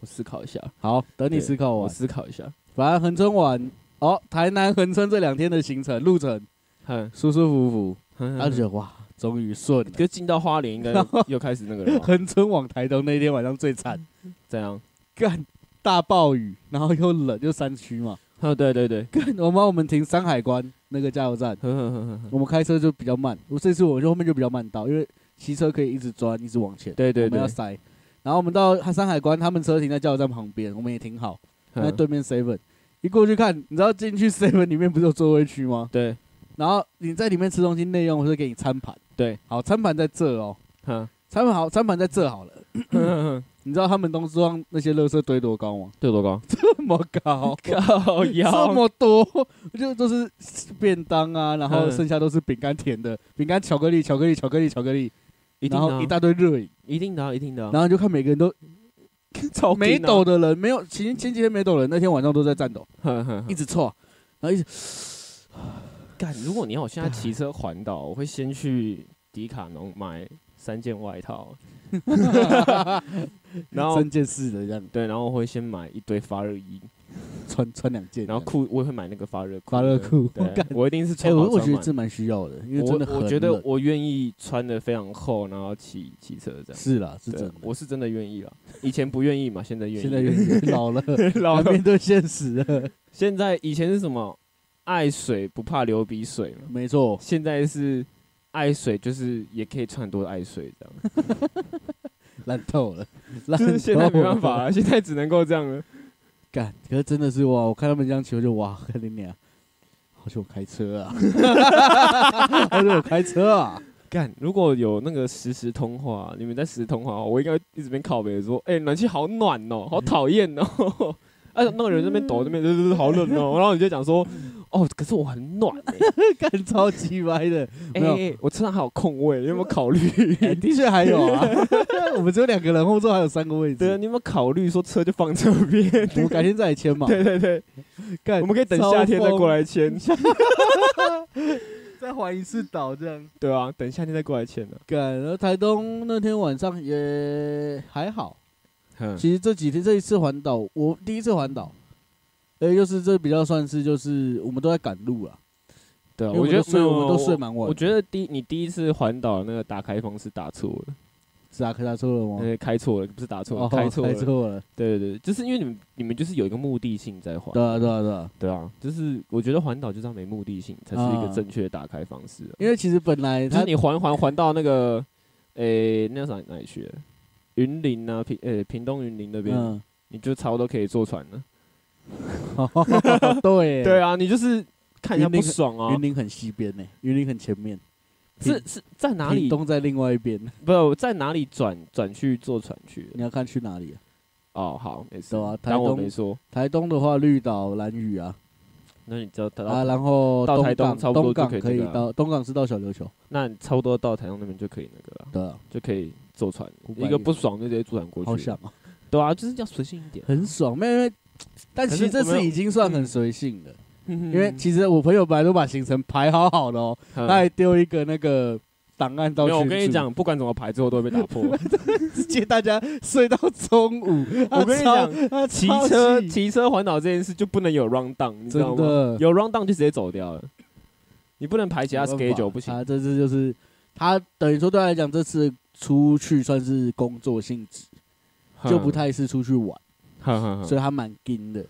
[SPEAKER 1] 我思考一下，
[SPEAKER 2] 好，等
[SPEAKER 1] 对
[SPEAKER 2] 你思考
[SPEAKER 1] 我
[SPEAKER 2] 完。
[SPEAKER 1] 思考一下。
[SPEAKER 2] 反正横村玩，哦，台南横村这两天的行程路程
[SPEAKER 1] 哼，
[SPEAKER 2] 舒舒服服，
[SPEAKER 1] 哼
[SPEAKER 2] 他就觉得哇，终于顺了。
[SPEAKER 1] 可进到花莲应该又开始那个了吧？
[SPEAKER 2] 横村往台东那天晚上最
[SPEAKER 1] 嗯
[SPEAKER 2] 惨，
[SPEAKER 1] 怎样？
[SPEAKER 2] 干大暴雨，然后又冷，又山区嘛。
[SPEAKER 1] 哦，对对对，
[SPEAKER 2] 干，我妈我们停山海关那个加油站，
[SPEAKER 1] 呵呵呵呵呵
[SPEAKER 2] 我们开车就比较慢。我这次我就后面就比较慢到，因为骑车可以一直钻，一直往前，
[SPEAKER 1] 对对
[SPEAKER 2] 我们
[SPEAKER 1] 对
[SPEAKER 2] 要，塞。然后我们到山海关，他们车停在加油站旁边，我们也停好，在
[SPEAKER 1] 哼
[SPEAKER 2] 对面 seven。一过去看，你知道进去 seven 里面不是有座位区吗？
[SPEAKER 1] 对
[SPEAKER 2] 然后你在里面吃东西，内用会给你餐盘。
[SPEAKER 1] 对，
[SPEAKER 2] 好，餐盘在这哦，
[SPEAKER 1] 哼
[SPEAKER 2] 餐盘好，餐盘在这好了。
[SPEAKER 1] 哼
[SPEAKER 2] *laughs*
[SPEAKER 1] 哼哼
[SPEAKER 2] 你知道他们东西上那些垃圾堆多高吗？
[SPEAKER 1] 这有多 *laughs* 高？
[SPEAKER 2] *laughs* 这么高，
[SPEAKER 1] 高
[SPEAKER 2] 这
[SPEAKER 1] 腰
[SPEAKER 2] 么多，就都是便当啊，然后
[SPEAKER 1] 嗯
[SPEAKER 2] 剩下都是饼干甜的，饼干、巧克力、巧克力、巧克力、巧克力，
[SPEAKER 1] 一定
[SPEAKER 2] 然
[SPEAKER 1] 的
[SPEAKER 2] 后
[SPEAKER 1] 啊，
[SPEAKER 2] 一大堆热饮，
[SPEAKER 1] 一定的啊，一定的啊，
[SPEAKER 2] 然后你就看每个人都
[SPEAKER 1] *laughs* 超啊
[SPEAKER 2] 没
[SPEAKER 1] 抖
[SPEAKER 2] 抖，的人，没有前前几天没抖的人，那天晚上都在战斗，
[SPEAKER 1] 哼哼
[SPEAKER 2] 一
[SPEAKER 1] 哼
[SPEAKER 2] 直错，
[SPEAKER 1] *laughs*
[SPEAKER 2] 然后一直
[SPEAKER 1] 干，如果你要我现在
[SPEAKER 2] 啊
[SPEAKER 1] 骑车环岛，我会先去迪卡侬买三件外套，
[SPEAKER 2] *laughs*
[SPEAKER 1] 然后
[SPEAKER 2] 三件事的这样
[SPEAKER 1] 对，然后我会先买一堆发热衣，
[SPEAKER 2] 穿穿两件，
[SPEAKER 1] 然后裤我也会买那个发热裤，
[SPEAKER 2] 发热裤 *laughs*
[SPEAKER 1] 对
[SPEAKER 2] 干
[SPEAKER 1] 我一定是
[SPEAKER 2] 哎，
[SPEAKER 1] 穿好
[SPEAKER 2] 我我
[SPEAKER 1] 穿
[SPEAKER 2] 觉得
[SPEAKER 1] 满。
[SPEAKER 2] 这蛮需要的，因为真的
[SPEAKER 1] 我
[SPEAKER 2] 很
[SPEAKER 1] 我觉得
[SPEAKER 2] 冷
[SPEAKER 1] 我愿意穿的非常厚，然后骑骑车这样。
[SPEAKER 2] 是啦，是
[SPEAKER 1] 对
[SPEAKER 2] 真的，
[SPEAKER 1] 我是真的愿意了。以前不愿意嘛，现在愿意。
[SPEAKER 2] 现在有点
[SPEAKER 1] *laughs*
[SPEAKER 2] 老了，
[SPEAKER 1] 老
[SPEAKER 2] 要
[SPEAKER 1] 了
[SPEAKER 2] 面对现实了。
[SPEAKER 1] 现在以前是什么？爱水不怕流鼻水嘛。
[SPEAKER 2] 没错，
[SPEAKER 1] 现在是爱水，就是也可以穿很多的爱水这样。
[SPEAKER 2] *laughs* 烂透了，
[SPEAKER 1] *laughs*
[SPEAKER 2] 烂
[SPEAKER 1] 就是现在
[SPEAKER 2] 透
[SPEAKER 1] 没
[SPEAKER 2] 了
[SPEAKER 1] 办法了，现在只能够这样了。
[SPEAKER 2] *laughs* 干。可是真的是哇，我看他们这样骑，我就哇，看你俩，好久开车
[SPEAKER 1] *laughs*
[SPEAKER 2] 啊，好久开车啊，
[SPEAKER 1] 干，如果有那个实时通话，你们在实时通话的话，我应该一直边靠北说，哎、暖气好暖哦、好讨厌哦。哎、那个人在那边抖，那边就是好冷哦、然后你就讲说，哦，可是我很暖、欸，
[SPEAKER 2] 干超级歪的。
[SPEAKER 1] 哎、
[SPEAKER 2] 没有
[SPEAKER 1] 我车上还有空位，你有没有考虑？ *laughs*
[SPEAKER 2] 哎的确还有啊， *laughs* 我们只有两个人，后座还有三个位
[SPEAKER 1] 对啊，
[SPEAKER 2] 置。
[SPEAKER 1] 你有没有考虑说车就放这边？
[SPEAKER 2] 我们改天再来签嘛，
[SPEAKER 1] 对对对，
[SPEAKER 2] 干
[SPEAKER 1] 我们可以等夏天再过，来签，
[SPEAKER 2] 再环一次岛这样。
[SPEAKER 1] 对啊，等夏天再过来签的、
[SPEAKER 2] 干，然后台东那天晚上也还好，
[SPEAKER 1] 嗯
[SPEAKER 2] 其实这几天这一次环岛，我第一次环岛，呃，就是这比较算是就是我们都在赶路啊，
[SPEAKER 1] 对啊，
[SPEAKER 2] 因为
[SPEAKER 1] 我觉得
[SPEAKER 2] 睡
[SPEAKER 1] 没有
[SPEAKER 2] 我们都睡蛮晚的
[SPEAKER 1] 我觉得第你第一次环岛那个打开方式打错了，
[SPEAKER 2] 是啊，可打错了吗？
[SPEAKER 1] 呃，开错了，不是打错了，
[SPEAKER 2] 哦，
[SPEAKER 1] 开错
[SPEAKER 2] 开
[SPEAKER 1] 了。
[SPEAKER 2] 错了，
[SPEAKER 1] 对对对，就是因为你们你们就是有一个目的性在环，
[SPEAKER 2] 对啊，对啊，对啊，
[SPEAKER 1] 对啊，就是我觉得环岛就是要没目的性才是一个
[SPEAKER 2] 啊
[SPEAKER 1] 正确的打开方式啊、
[SPEAKER 2] 因为其实本来
[SPEAKER 1] 就是
[SPEAKER 2] 他
[SPEAKER 1] 你环环环到那个，诶、那叫啥哪里去了？云林啊，屏诶、屏东云林那边，
[SPEAKER 2] 嗯， *laughs*
[SPEAKER 1] 你就差不多可以坐船了。 *laughs*
[SPEAKER 2] 对耶
[SPEAKER 1] 对，啊，你就是看一下
[SPEAKER 2] 云林
[SPEAKER 1] 不爽啊
[SPEAKER 2] 云。林很西边呢，云林很前面，
[SPEAKER 1] 是是在哪里
[SPEAKER 2] 屏？东在另外一边， *laughs*
[SPEAKER 1] 不，在哪里转转去坐船去的？
[SPEAKER 2] 你要看去哪里啊？
[SPEAKER 1] 哦，好，没事
[SPEAKER 2] 对啊。台
[SPEAKER 1] 当我
[SPEAKER 2] 东
[SPEAKER 1] 没说。
[SPEAKER 2] 台东的话，绿岛、蓝屿啊，
[SPEAKER 1] 那你知道
[SPEAKER 2] 啊，
[SPEAKER 1] 到，
[SPEAKER 2] 然后
[SPEAKER 1] 到台东
[SPEAKER 2] 东港
[SPEAKER 1] 差不多
[SPEAKER 2] 东
[SPEAKER 1] 就
[SPEAKER 2] 港
[SPEAKER 1] 可以
[SPEAKER 2] 可
[SPEAKER 1] 这
[SPEAKER 2] 以
[SPEAKER 1] 个啊
[SPEAKER 2] 到东港是到小琉球，
[SPEAKER 1] 那你差不多到台东那边就可以那个了，
[SPEAKER 2] 对啊，
[SPEAKER 1] 就可以坐船。
[SPEAKER 2] 500
[SPEAKER 1] 一个不爽就直接坐船过去。
[SPEAKER 2] 好想啊。
[SPEAKER 1] 对啊，就是要随性一点。
[SPEAKER 2] 很爽，没有因为，但
[SPEAKER 1] 可
[SPEAKER 2] 其
[SPEAKER 1] 是
[SPEAKER 2] 实这
[SPEAKER 1] 我嗯
[SPEAKER 2] 次
[SPEAKER 1] 们
[SPEAKER 2] 已经算很随性了，
[SPEAKER 1] 因
[SPEAKER 2] 因为其实我朋友本来都把行程排好好的哦，
[SPEAKER 1] 嗯
[SPEAKER 2] 他还丢一个那个档案到
[SPEAKER 1] 没
[SPEAKER 2] 群
[SPEAKER 1] 有，
[SPEAKER 2] 组，
[SPEAKER 1] 我跟你
[SPEAKER 2] *laughs*
[SPEAKER 1] 讲，不管怎么排，最后都会被打 *laughs* 破。
[SPEAKER 2] 直接大家睡到中午，
[SPEAKER 1] 我跟你讲，
[SPEAKER 2] 他超，他
[SPEAKER 1] 骑
[SPEAKER 2] 超
[SPEAKER 1] 车
[SPEAKER 2] 气
[SPEAKER 1] 骑车环岛这件事就不能有 round down，你知道
[SPEAKER 2] 真
[SPEAKER 1] 吗？
[SPEAKER 2] 的
[SPEAKER 1] 有 round down 就直接走掉了，你不能排其他 schedule 不行。
[SPEAKER 2] 他啊这次就是他等于说对他来讲，这次出去算是工作性质，就不太是出去玩，
[SPEAKER 1] 哼，哼哼
[SPEAKER 2] 所
[SPEAKER 1] 哼
[SPEAKER 2] 以他蛮硬的。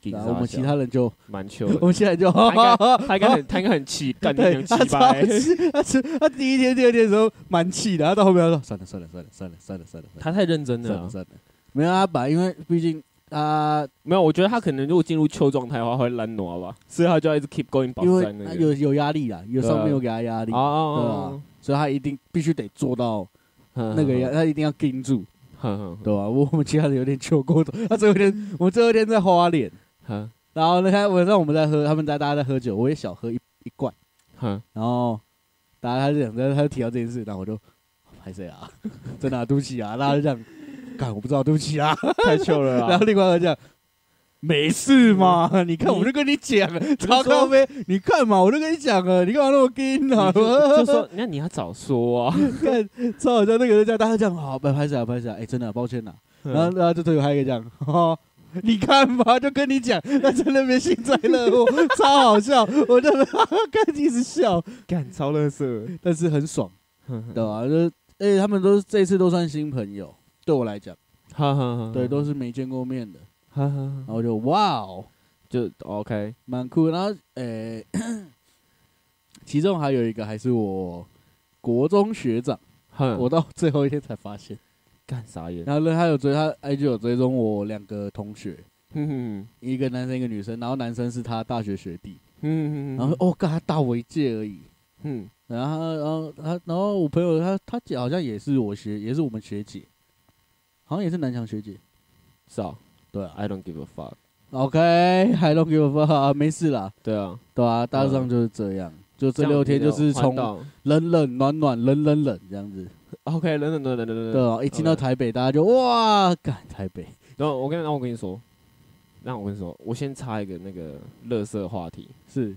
[SPEAKER 1] 顶
[SPEAKER 2] 然
[SPEAKER 1] 着
[SPEAKER 2] 后我们
[SPEAKER 1] 他
[SPEAKER 2] 其
[SPEAKER 1] 笑
[SPEAKER 2] 他人就，
[SPEAKER 1] 蛮糗
[SPEAKER 2] *laughs* 我
[SPEAKER 1] 的，
[SPEAKER 2] 们现在就，
[SPEAKER 1] 他应该他
[SPEAKER 2] *laughs*
[SPEAKER 1] 应该很他应该很气，干你
[SPEAKER 2] 对，
[SPEAKER 1] 娘欸
[SPEAKER 2] 他
[SPEAKER 1] 气
[SPEAKER 2] 超
[SPEAKER 1] 白。
[SPEAKER 2] 气，他吃他第一天、第二天的时候蛮气的，他到后面他说算了算了算了算了算了算了，
[SPEAKER 1] *laughs* 他太认真
[SPEAKER 2] 算
[SPEAKER 1] 了
[SPEAKER 2] 了
[SPEAKER 1] 啊，
[SPEAKER 2] 算了，没有他把，因为毕竟他
[SPEAKER 1] 没有，我觉得他可能如果进入秋状态的话会懒挪吧，所以他就要一直 keep going 保
[SPEAKER 2] 因
[SPEAKER 1] 持
[SPEAKER 2] 为
[SPEAKER 1] 在那
[SPEAKER 2] 他
[SPEAKER 1] 个。
[SPEAKER 2] 有有压力啦，有
[SPEAKER 1] 对啊
[SPEAKER 2] 上面有给他压力，
[SPEAKER 1] 哦，
[SPEAKER 2] 所以他一定必须得做到啊那
[SPEAKER 1] 那
[SPEAKER 2] 个压，，他一定要盯住，
[SPEAKER 1] 哼哼哼
[SPEAKER 2] 对吧？我们其他人有点求过头，他最后一天，我们最后一天在花莲，
[SPEAKER 1] 哼
[SPEAKER 2] 然后那天晚上我们在喝，他们在大家在喝酒，我也小喝一一罐， *laughs*
[SPEAKER 1] 哼，
[SPEAKER 2] 然后大家他就讲，他他就提到这件事，然后我就拍谁啊？ *laughs* 真的啊、对不起啊，大家就这样，干我不知道，对不起
[SPEAKER 1] *laughs*
[SPEAKER 2] 啊。
[SPEAKER 1] 太糗了
[SPEAKER 2] 然
[SPEAKER 1] 啦
[SPEAKER 2] 后！另外一个讲，没事
[SPEAKER 1] 嗯
[SPEAKER 2] 嘛，你看我就跟你讲了，超咖啡，你看嘛，我就跟你讲了，你干嘛那么跟啊？
[SPEAKER 1] 你就就
[SPEAKER 2] *laughs*
[SPEAKER 1] 说，那你要早说啊！
[SPEAKER 2] 看，超好笑，那个人叫大家这样，好，拍拍手啊，拍手啊，哎，真的抱歉呐。
[SPEAKER 1] 嗯
[SPEAKER 2] 然后，然后就推还有一个讲， *laughs* 哦，你看吧，就跟你讲，他在那边幸灾乐祸， *laughs* 超好笑，我就 *laughs* 看一直笑，
[SPEAKER 1] 干超乐色，
[SPEAKER 2] 但是很爽，
[SPEAKER 1] 哼哼
[SPEAKER 2] 对吧？就而且他们都是这一次都算新朋友，对我来讲，
[SPEAKER 1] 哈哈哈，
[SPEAKER 2] 对，都是没见过面的，
[SPEAKER 1] 哈哈
[SPEAKER 2] 然
[SPEAKER 1] 哈，
[SPEAKER 2] 后我就哇哦。
[SPEAKER 1] 就 OK，
[SPEAKER 2] 蛮酷的。然后，诶、其中还有一个还是我国中学长，
[SPEAKER 1] 哼，
[SPEAKER 2] 我到最后一天才发现。
[SPEAKER 1] 干啥眼，
[SPEAKER 2] 然后呢，他有追他 IG 有追踪我两个同学，
[SPEAKER 1] 哼哼
[SPEAKER 2] 一个男生一个女生，然后男生是他大学学弟，
[SPEAKER 1] 哼，
[SPEAKER 2] 然后哦，干他大我一届而已。
[SPEAKER 1] 嗯
[SPEAKER 2] 然后他，然后他，然后我朋友他他姐好像也是我学，也是我们学姐，好像也是南强学姐。
[SPEAKER 1] 是啊
[SPEAKER 2] 对啊
[SPEAKER 1] ，I don't give a fuck，
[SPEAKER 2] ，OK，I don't give a fuck，没事啦，
[SPEAKER 1] 对啊，
[SPEAKER 2] 对啊，大致上就是这样。就这六天就是从
[SPEAKER 1] 从
[SPEAKER 2] 冷冷暖暖，冷冷冷这样子。
[SPEAKER 1] OK，等等等等等
[SPEAKER 2] 对
[SPEAKER 1] 等，
[SPEAKER 2] 啊，一进到台北，大家就哇，干台北，
[SPEAKER 1] 然后我跟让我跟你说，让我跟你说，我先插一个那个乐色话题，
[SPEAKER 2] 是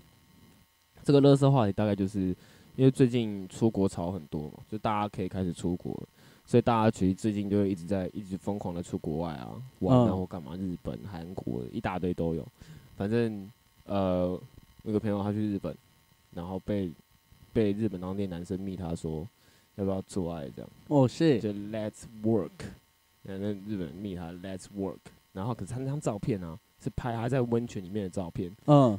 [SPEAKER 1] 这个乐色话题大概就是因为最近出国潮很多嘛，就大家可以开始出国了，所以大家其实最近就会一直在一直疯狂的出国外啊玩啊
[SPEAKER 2] 嗯
[SPEAKER 1] 或干嘛，日本、韩国一大堆都有。反正呃，我有个朋友他去日本，然后被被日本当地男生密他说要不要做爱这样，
[SPEAKER 2] 哦，是
[SPEAKER 1] 就 Let's work，然后那日本人密他 Let's work，然后可是他那张照片啊是拍他在温泉里面的照片，
[SPEAKER 2] 嗯，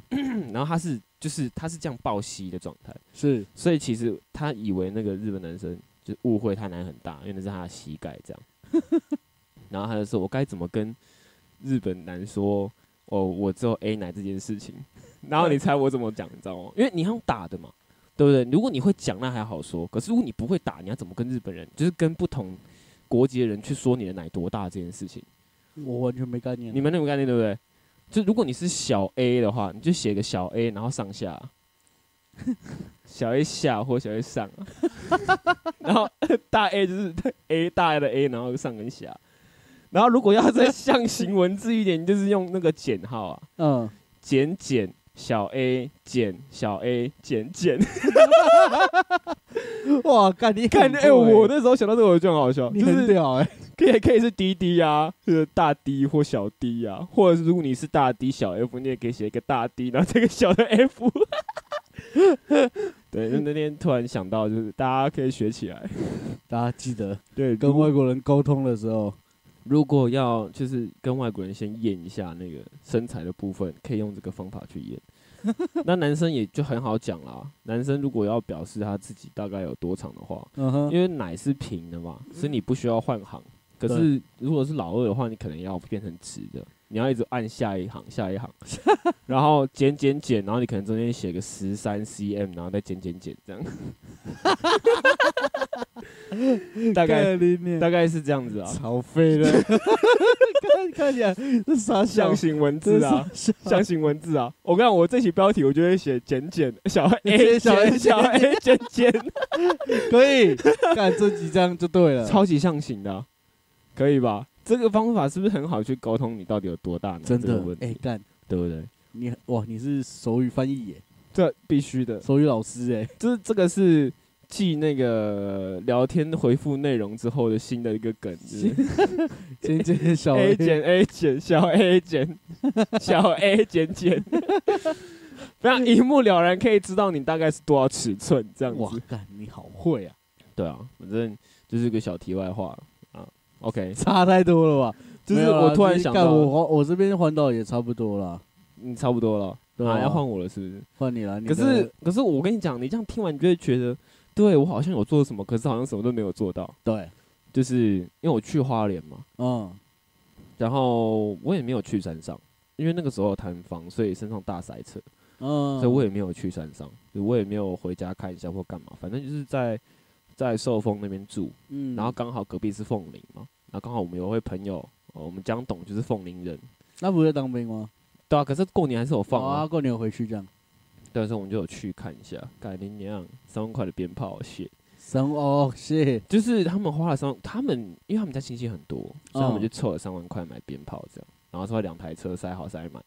[SPEAKER 1] 然后他是就是他是这样抱膝的状态。
[SPEAKER 2] 是
[SPEAKER 1] 所以其实他以为那个日本男生就误会他奶很大，因为那是他的膝盖这样。然后他就说：“我该怎么跟日本男说哦，我只有 A 奶这件事情？” *laughs* 然后你猜我怎么讲，你知道吗？因为你要打的嘛，对不对？如果你会讲，那还好说。可是如果你不会打，你要怎么跟日本人，就是跟不同国籍的人去说你的奶多大这件事情？
[SPEAKER 2] 我完全没概念。
[SPEAKER 1] 你们那种概念对不对？就如果你是小 A 的话，你就写个小 A，然后上下，啊小 A 下或小 A 上啊， *laughs* 然后大 A 就是 A 大 A 的 A，然后上跟下。啊然后如果要再象形文字一点，你就是用那个减号啊，
[SPEAKER 2] 嗯，
[SPEAKER 1] 减减小 A 减小 A 减减。 *laughs*
[SPEAKER 2] 嗯哇，干你
[SPEAKER 1] 看，哎、
[SPEAKER 2] 哎，
[SPEAKER 1] 我那时候想到这个我就很好笑，
[SPEAKER 2] 你
[SPEAKER 1] 就
[SPEAKER 2] 很
[SPEAKER 1] 是
[SPEAKER 2] 屌哎，
[SPEAKER 1] 可以可以是滴滴啊，是大 D 或小 D 啊，或者是如果你是大 D 小 F，你也可以写一个大 D，然后这个小的 F。对，就那天突然想到，就是大家可以学起来。
[SPEAKER 2] 大家记得
[SPEAKER 1] 对，
[SPEAKER 2] 跟外国人沟通的时候，
[SPEAKER 1] 如果要就是跟外国人先验一下那个身材的部分，可以用这个方法去验。 *laughs* 那男生也就很好讲啦，男生如果要表示他自己大概有多长的话，
[SPEAKER 2] 嗯哼，
[SPEAKER 1] 因为奶是平的嘛，所以你不需要换行。可是如果是老二的话，你可能要变成直的，你要一直按下一行下一行，然后减减减，然后你可能中间写个十三 cm，然后再减减减这样， *laughs* 大概
[SPEAKER 2] 概念
[SPEAKER 1] 大概是这样子啊，
[SPEAKER 2] 超
[SPEAKER 1] *laughs*
[SPEAKER 2] 废的，看看起来这傻笑
[SPEAKER 1] 象，形文字啊，
[SPEAKER 2] 这傻笑
[SPEAKER 1] 象形文字啊。我跟你讲，我这期标题我就会写减减小 A
[SPEAKER 2] 小
[SPEAKER 1] 小
[SPEAKER 2] A，
[SPEAKER 1] A 小 A 减减，
[SPEAKER 2] 可以，干这几张就对了，
[SPEAKER 1] *laughs* 超级象形的啊、可以吧？这个方法是不是很好去沟通你到底有多大呢？
[SPEAKER 2] 真
[SPEAKER 1] 这
[SPEAKER 2] 的
[SPEAKER 1] 个问，题
[SPEAKER 2] 哎，干
[SPEAKER 1] 对不对？
[SPEAKER 2] 你哇，你是手语翻译耶，
[SPEAKER 1] 这必须的，
[SPEAKER 2] 手语老师哎，
[SPEAKER 1] 就是这个是继那个聊天回复内容之后的新的一个梗是不是
[SPEAKER 2] 尖尖小 *laughs*
[SPEAKER 1] ，A 减 A 减小 A *laughs* 减小 A 减 *laughs* 减，非常一目了然，可以知道你大概是多少尺寸这样
[SPEAKER 2] 哇
[SPEAKER 1] 子。，
[SPEAKER 2] 干你好会啊！
[SPEAKER 1] 对啊，反正就是个小题外话啊。 OK，
[SPEAKER 2] 差太多了吧？
[SPEAKER 1] *laughs* 就是我突然想
[SPEAKER 2] 干
[SPEAKER 1] 到，
[SPEAKER 2] 我环我这边环岛也差不多了，
[SPEAKER 1] 嗯，差不多了，
[SPEAKER 2] 对
[SPEAKER 1] 啊，
[SPEAKER 2] 啊
[SPEAKER 1] 要换我了，是不是？
[SPEAKER 2] 换你了。你
[SPEAKER 1] 可
[SPEAKER 2] 的
[SPEAKER 1] 是可是我跟你讲，你这样听完，你就会觉得，对我好像有做什么，可是好像什么都没有做到，
[SPEAKER 2] 对，
[SPEAKER 1] 就是因为我去花莲嘛，
[SPEAKER 2] 嗯，
[SPEAKER 1] 然后我也没有去山上，因为那个时候有摊房，所以身上大塞车，
[SPEAKER 2] 嗯，
[SPEAKER 1] 所以我也没有去山上，就我也没有回家看一下或干嘛，反正就是在在寿丰那边住，
[SPEAKER 2] 嗯，
[SPEAKER 1] 然后刚好隔壁是凤林嘛，然后刚好我们有位朋友，呃我们江董就是凤林人，
[SPEAKER 2] 那不是当兵吗？
[SPEAKER 1] 对啊，可是过年还是有放
[SPEAKER 2] 哦
[SPEAKER 1] 啊，
[SPEAKER 2] 啊，过年回去这样。
[SPEAKER 1] 对，所以我们就有去看一下，改林娘三万块的鞭炮血，
[SPEAKER 2] 生哦，谢，
[SPEAKER 1] 就是他们花了三万，他们因为他们家亲戚很多，所以他们
[SPEAKER 2] 嗯
[SPEAKER 1] 就凑了三万块买鞭炮这样，然后说两台车塞好塞满，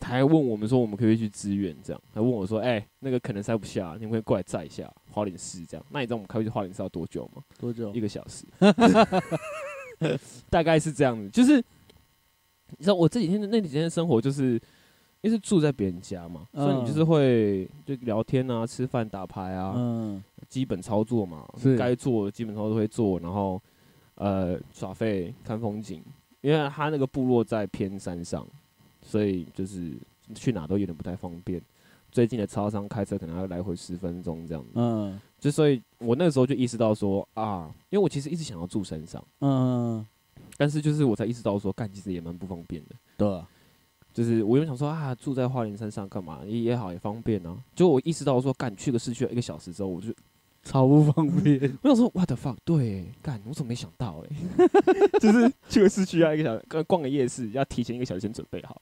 [SPEAKER 1] 他还问我们说我们可不可以去支援这样，还问我说哎、那个可能塞不下，你们可以过来载一下花莲市这样，那你知道我们开回去花莲市要多久吗？
[SPEAKER 2] 多久
[SPEAKER 1] 一？个小时， *laughs* 大概是这样子。就是你知道，我这几天的那几天的生活，就是因为是住在别人家嘛，所以你就是会就聊天啊、吃饭、打牌啊，
[SPEAKER 2] 嗯，
[SPEAKER 1] 基本操作嘛
[SPEAKER 2] 是，
[SPEAKER 1] 该做的基本操作都会做，然后呃耍废、看风景。因为他那个部落在偏山上，所以就是去哪都有点不太方便。最近的超商开车可能要来回十分钟这样子。
[SPEAKER 2] 嗯
[SPEAKER 1] 就所以，我那个时候就意识到说啊，因为我其实一直想要住山上，
[SPEAKER 2] 嗯，
[SPEAKER 1] 但是就是我才意识到说，干其实也蛮不方便的。
[SPEAKER 2] 对啊，
[SPEAKER 1] 就是我原本想说啊，住在花莲山上干嘛也也好也方便啊。就我意识到说，干去个市区要一个小时之后，我就
[SPEAKER 2] 超不方
[SPEAKER 1] *laughs*
[SPEAKER 2] 便。
[SPEAKER 1] 我想说 what the fuck，对，干我怎么没想到嘞？ *laughs* 就是去个市区要一个小时，逛个夜市要提前一个小时先准备好，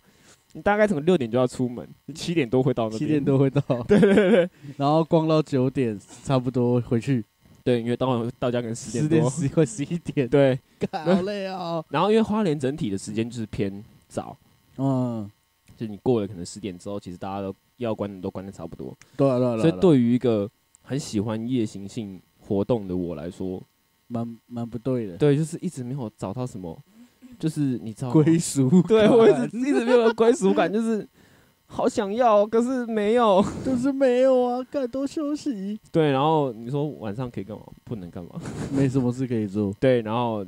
[SPEAKER 1] 你大概从六点就要出门，你七点多会到那边。
[SPEAKER 2] 七点多会到，对对对， *laughs* 然后逛到九点差不多回去，
[SPEAKER 1] 对，因为到晚到家可能十
[SPEAKER 2] 十
[SPEAKER 1] 点
[SPEAKER 2] 点
[SPEAKER 1] 多。
[SPEAKER 2] 十 *laughs* 快十一点，
[SPEAKER 1] 对，
[SPEAKER 2] 干好累啊。
[SPEAKER 1] 然后因为花莲整体的时间就是偏早，
[SPEAKER 2] 嗯，
[SPEAKER 1] 就是你过了可能十点之后，其实大家都要关的都关的差不多。
[SPEAKER 2] 对啊对啊，
[SPEAKER 1] 所以
[SPEAKER 2] 啊啊
[SPEAKER 1] 对于一个很喜欢夜行性活动的我来说，
[SPEAKER 2] 蛮蛮不对的。
[SPEAKER 1] 对，就是一直没有找到什么，就是你知道吗
[SPEAKER 2] 归属 *laughs* 感，
[SPEAKER 1] 对 *laughs* 我一直一直没有归属感，就是好想要，可是没有。
[SPEAKER 2] 都是没有啊，干多休息，
[SPEAKER 1] *laughs* 对，然后你说晚上可以干嘛？不能干嘛？
[SPEAKER 2] 没什么事可以做。
[SPEAKER 1] 对，然后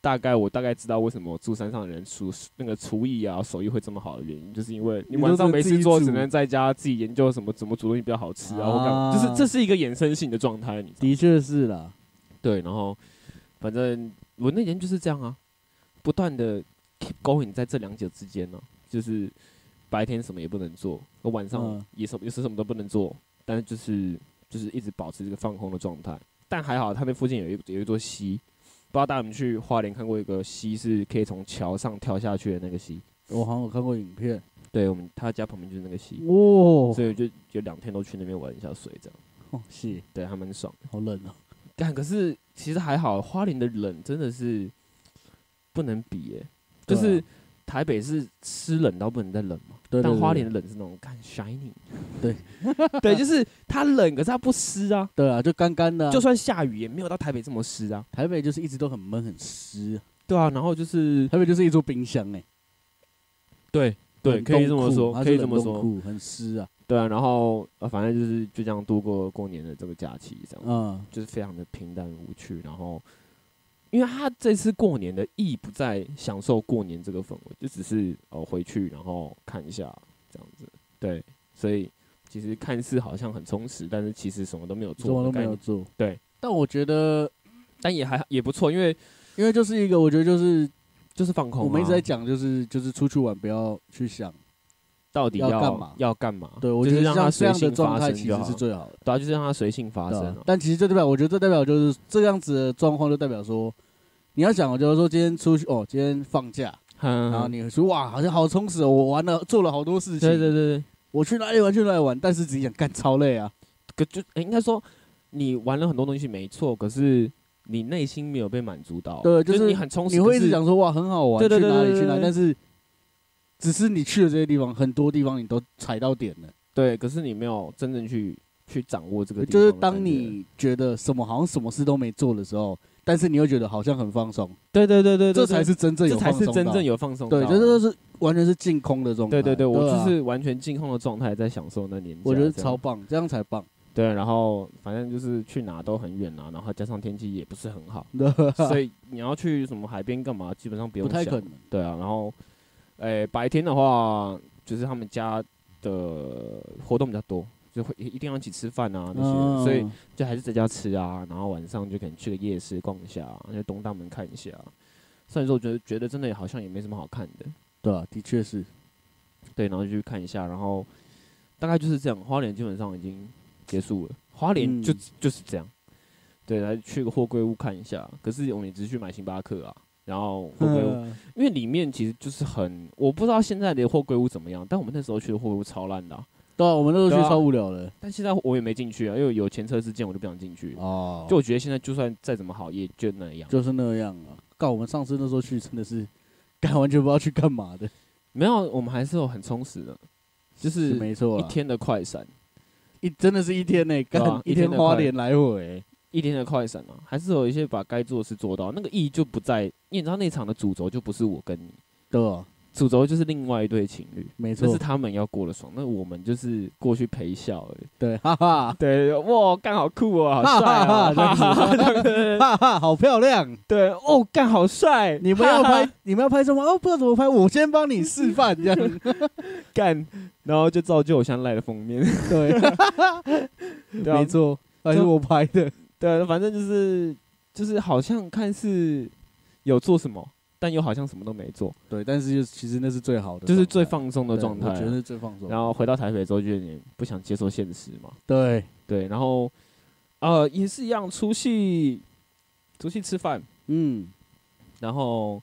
[SPEAKER 1] 大概我大概知道为什么住山上的人厨那个厨艺啊手艺会这么好的原因，就是因为你
[SPEAKER 2] 你
[SPEAKER 1] 晚
[SPEAKER 2] 都
[SPEAKER 1] 上
[SPEAKER 2] 是
[SPEAKER 1] 没
[SPEAKER 2] 自
[SPEAKER 1] 事
[SPEAKER 2] 己
[SPEAKER 1] 做，
[SPEAKER 2] 煮
[SPEAKER 1] 只能在家自己研究什么怎么煮东西比较好吃啊，或干嘛，就是
[SPEAKER 2] 啊
[SPEAKER 1] 这是一个衍生性的状态，你知道吗
[SPEAKER 2] 的确是啦，
[SPEAKER 1] 对，然后反正我那年就是这样啊，不断的 keep going 在这两者之间呢、就是白天什么也不能做，我晚上
[SPEAKER 2] 嗯
[SPEAKER 1] 也什么也是什么都不能做，但是就是就是一直保持这个放空的状态。但还好，它那附近有一有一座溪，不知道大家有没有去花莲看过一个溪，是可以从桥上跳下去的那个溪。
[SPEAKER 2] 我好像有看过影片，
[SPEAKER 1] 对我们他家旁边就是那个溪，
[SPEAKER 2] 哇，
[SPEAKER 1] 所以就就两天都去那边玩一下水，这样
[SPEAKER 2] 哦是，
[SPEAKER 1] 对还蛮爽的。
[SPEAKER 2] 好冷啊。
[SPEAKER 1] 但可是其实还好，花莲的冷真的是不能比耶、就
[SPEAKER 2] 对啊
[SPEAKER 1] 是台北是湿冷到不能再冷嘛，
[SPEAKER 2] 对对
[SPEAKER 1] 但
[SPEAKER 2] 对
[SPEAKER 1] 花
[SPEAKER 2] 对
[SPEAKER 1] 莲的冷是那种看 *laughs* shining，
[SPEAKER 2] 对
[SPEAKER 1] 对，就是它冷，可是它不湿啊，
[SPEAKER 2] 对啊，就干干的啊、
[SPEAKER 1] 就算下雨也没有到台北这么湿啊，
[SPEAKER 2] 台北就是一直都很闷很湿，
[SPEAKER 1] 对啊，然后就是
[SPEAKER 2] 台北就是一座冰箱哎、
[SPEAKER 1] *laughs* 对对，
[SPEAKER 2] 冷
[SPEAKER 1] 可以这
[SPEAKER 2] 冻
[SPEAKER 1] 么
[SPEAKER 2] 库
[SPEAKER 1] 说，
[SPEAKER 2] 它
[SPEAKER 1] 可
[SPEAKER 2] 是
[SPEAKER 1] 以这
[SPEAKER 2] 冷
[SPEAKER 1] 么
[SPEAKER 2] 冻
[SPEAKER 1] 说，
[SPEAKER 2] 库很湿啊，
[SPEAKER 1] 对啊，然后呃，反正就是就这样度过过年的这个假期，这样。
[SPEAKER 2] 嗯，
[SPEAKER 1] 就是非常的平淡无趣。然后，因为他这次过年的意义不在享受过年这个氛围，就只是呃回去然后看一下这样子。对，所以其实看似好像很充实，但是其实什么都没有
[SPEAKER 2] 什么
[SPEAKER 1] 做
[SPEAKER 2] 都
[SPEAKER 1] 的
[SPEAKER 2] 没
[SPEAKER 1] 概念，
[SPEAKER 2] 有做。
[SPEAKER 1] 对，
[SPEAKER 2] 但我觉得，
[SPEAKER 1] 但也还也不错，因为
[SPEAKER 2] 因为就是一个，我觉得就是
[SPEAKER 1] 就是放空啊、
[SPEAKER 2] 我们一直在讲，就是就是出去玩不要去想，
[SPEAKER 1] 到底
[SPEAKER 2] 要
[SPEAKER 1] 要
[SPEAKER 2] 干嘛
[SPEAKER 1] 要干嘛？
[SPEAKER 2] 对我
[SPEAKER 1] 哦就是
[SPEAKER 2] 觉得
[SPEAKER 1] 让它
[SPEAKER 2] 像这
[SPEAKER 1] 随
[SPEAKER 2] 样的
[SPEAKER 1] 性
[SPEAKER 2] 状
[SPEAKER 1] 发
[SPEAKER 2] 态
[SPEAKER 1] 生
[SPEAKER 2] 其
[SPEAKER 1] 就
[SPEAKER 2] 实
[SPEAKER 1] 好
[SPEAKER 2] 是
[SPEAKER 1] 了。
[SPEAKER 2] 最好的。
[SPEAKER 1] 对啊，就是让它随性发
[SPEAKER 2] 对
[SPEAKER 1] 生、
[SPEAKER 2] 啊
[SPEAKER 1] 啊。
[SPEAKER 2] 但其实这代表，我觉得这代表就是这样子的状况，就代表说，你要想，就是说今天出去哦，今天放假，
[SPEAKER 1] 嗯
[SPEAKER 2] 然后你会说哇，好像好充实哦，我玩了做了好多事情，
[SPEAKER 1] 对对对对，
[SPEAKER 2] 我去哪里玩去哪里玩，但是自己想干超累啊，
[SPEAKER 1] 可就、诶应该说你玩了很多东西没错，可是。你内心没有被满足到，
[SPEAKER 2] 对
[SPEAKER 1] 就
[SPEAKER 2] 就是
[SPEAKER 1] 你很充实，
[SPEAKER 2] 你会一
[SPEAKER 1] 可
[SPEAKER 2] 直
[SPEAKER 1] 是
[SPEAKER 2] 想说哇很好玩，
[SPEAKER 1] 对对对
[SPEAKER 2] 去哪里
[SPEAKER 1] 对对
[SPEAKER 2] 去哪里，
[SPEAKER 1] 对
[SPEAKER 2] 但是只是你去的这些地方，很多地方你都踩到点了，
[SPEAKER 1] 对，可是你没有真正去去掌握这个地
[SPEAKER 2] 就是
[SPEAKER 1] 方的感
[SPEAKER 2] 当
[SPEAKER 1] 觉
[SPEAKER 2] 你觉得什么好像什么事都没做的时候，但是你又觉得好像很放松，
[SPEAKER 1] 对对对对，
[SPEAKER 2] 这
[SPEAKER 1] 对
[SPEAKER 2] 才
[SPEAKER 1] 对
[SPEAKER 2] 是真正
[SPEAKER 1] 这
[SPEAKER 2] 有
[SPEAKER 1] 才
[SPEAKER 2] 放松
[SPEAKER 1] 是
[SPEAKER 2] 到
[SPEAKER 1] 真正有放松到
[SPEAKER 2] 对，
[SPEAKER 1] 的，
[SPEAKER 2] 就是都是完全是净空的状
[SPEAKER 1] 对
[SPEAKER 2] 态，
[SPEAKER 1] 对对，我
[SPEAKER 2] 啊
[SPEAKER 1] 就是完全净空的状态在享受那年假，
[SPEAKER 2] 我觉得
[SPEAKER 1] 这样 *laughs*
[SPEAKER 2] 超棒，这样才棒，，
[SPEAKER 1] 对，然后反正就是去哪都很远啊，然后加上天气也不是很好
[SPEAKER 2] *laughs* 不
[SPEAKER 1] 所以你要去什么海边干嘛，基本上不用
[SPEAKER 2] 啊太
[SPEAKER 1] 想
[SPEAKER 2] 可。能。
[SPEAKER 1] 对啊，然后，诶、白天的话，就是他们家的活动比较多，就会一定要一起吃饭啊那些，
[SPEAKER 2] 嗯
[SPEAKER 1] 所以就还是在家吃啊。然后晚上就可能去个夜市逛一下、啊去东大门看一下。啊虽然说我觉得觉得真的好像也没什么好看的，
[SPEAKER 2] 对啊，的确是
[SPEAKER 1] 对，然后就去看一下，然后大概就是这样。花莲基本上已经结束了，花莲就、
[SPEAKER 2] 嗯
[SPEAKER 1] 就是这样。对，来去个货柜屋看一下，啊可是我们也只是去买星巴克啊，然后货柜屋
[SPEAKER 2] 嗯
[SPEAKER 1] 因为里面其实就是很，我不知道现在的货柜屋怎么样，但我们那时候去的货柜屋超烂的啊、
[SPEAKER 2] 对啊，我们那时候
[SPEAKER 1] 对
[SPEAKER 2] 去
[SPEAKER 1] 啊
[SPEAKER 2] 超无聊的
[SPEAKER 1] 但现在我也没进去啊，因为有前车之鉴，我就不想进去。
[SPEAKER 2] 哦，
[SPEAKER 1] 就我觉得现在就算再怎么好，也就那样。
[SPEAKER 2] 就是那样啊。干，我们上次那时候去真的是，干完全不知道去干嘛的，
[SPEAKER 1] 没有，啊我们还是有很充实的，就是
[SPEAKER 2] 没错
[SPEAKER 1] 一
[SPEAKER 2] 啊，
[SPEAKER 1] 天的快闪，
[SPEAKER 2] 一真的是一天呢，
[SPEAKER 1] 对
[SPEAKER 2] *laughs* 干
[SPEAKER 1] 啊
[SPEAKER 2] 一
[SPEAKER 1] 一
[SPEAKER 2] 天
[SPEAKER 1] 天的快
[SPEAKER 2] 花莲来回，
[SPEAKER 1] 一天的快闪啊，还是有一些把该做的事做到。那个意义就不在，因为你知道那场的主轴就不是我跟你，
[SPEAKER 2] 对啊，
[SPEAKER 1] 主轴就是另外一对情侣，
[SPEAKER 2] 没
[SPEAKER 1] 那
[SPEAKER 2] 错
[SPEAKER 1] 是，他们要过得爽，那我们就是过去陪笑而已。
[SPEAKER 2] 对，哈哈
[SPEAKER 1] 对，哇，干好酷 *laughs* 哦，好帅
[SPEAKER 2] 哈哈哈
[SPEAKER 1] 哦，
[SPEAKER 2] 这样子
[SPEAKER 1] 对对对
[SPEAKER 2] 哈哈，好漂亮。
[SPEAKER 1] 对，哦，干好帅！
[SPEAKER 2] 你们
[SPEAKER 1] 哈
[SPEAKER 2] 要
[SPEAKER 1] 哈
[SPEAKER 2] 拍，你们要拍什么？哦，不知道怎么拍，我先帮你示范这样。
[SPEAKER 1] *laughs*
[SPEAKER 2] *laughs*
[SPEAKER 1] 干，然后就造就我像赖的封
[SPEAKER 2] *laughs*
[SPEAKER 1] 面，
[SPEAKER 2] 对，
[SPEAKER 1] 对啊
[SPEAKER 2] 没，错，还是我拍的。
[SPEAKER 1] 对啊，反正就是就是好像看似有做什么，但又好像什么都没做，
[SPEAKER 2] 对，但是就其实那是最好的，
[SPEAKER 1] 就是最放松的
[SPEAKER 2] 的
[SPEAKER 1] 状态
[SPEAKER 2] 我觉得
[SPEAKER 1] 啊。
[SPEAKER 2] 是最放松。
[SPEAKER 1] 然后回到台北之后，就有点不想接受现实嘛，
[SPEAKER 2] 对，
[SPEAKER 1] 对，然后呃也是一样，出去出去吃饭，
[SPEAKER 2] 嗯，
[SPEAKER 1] 然后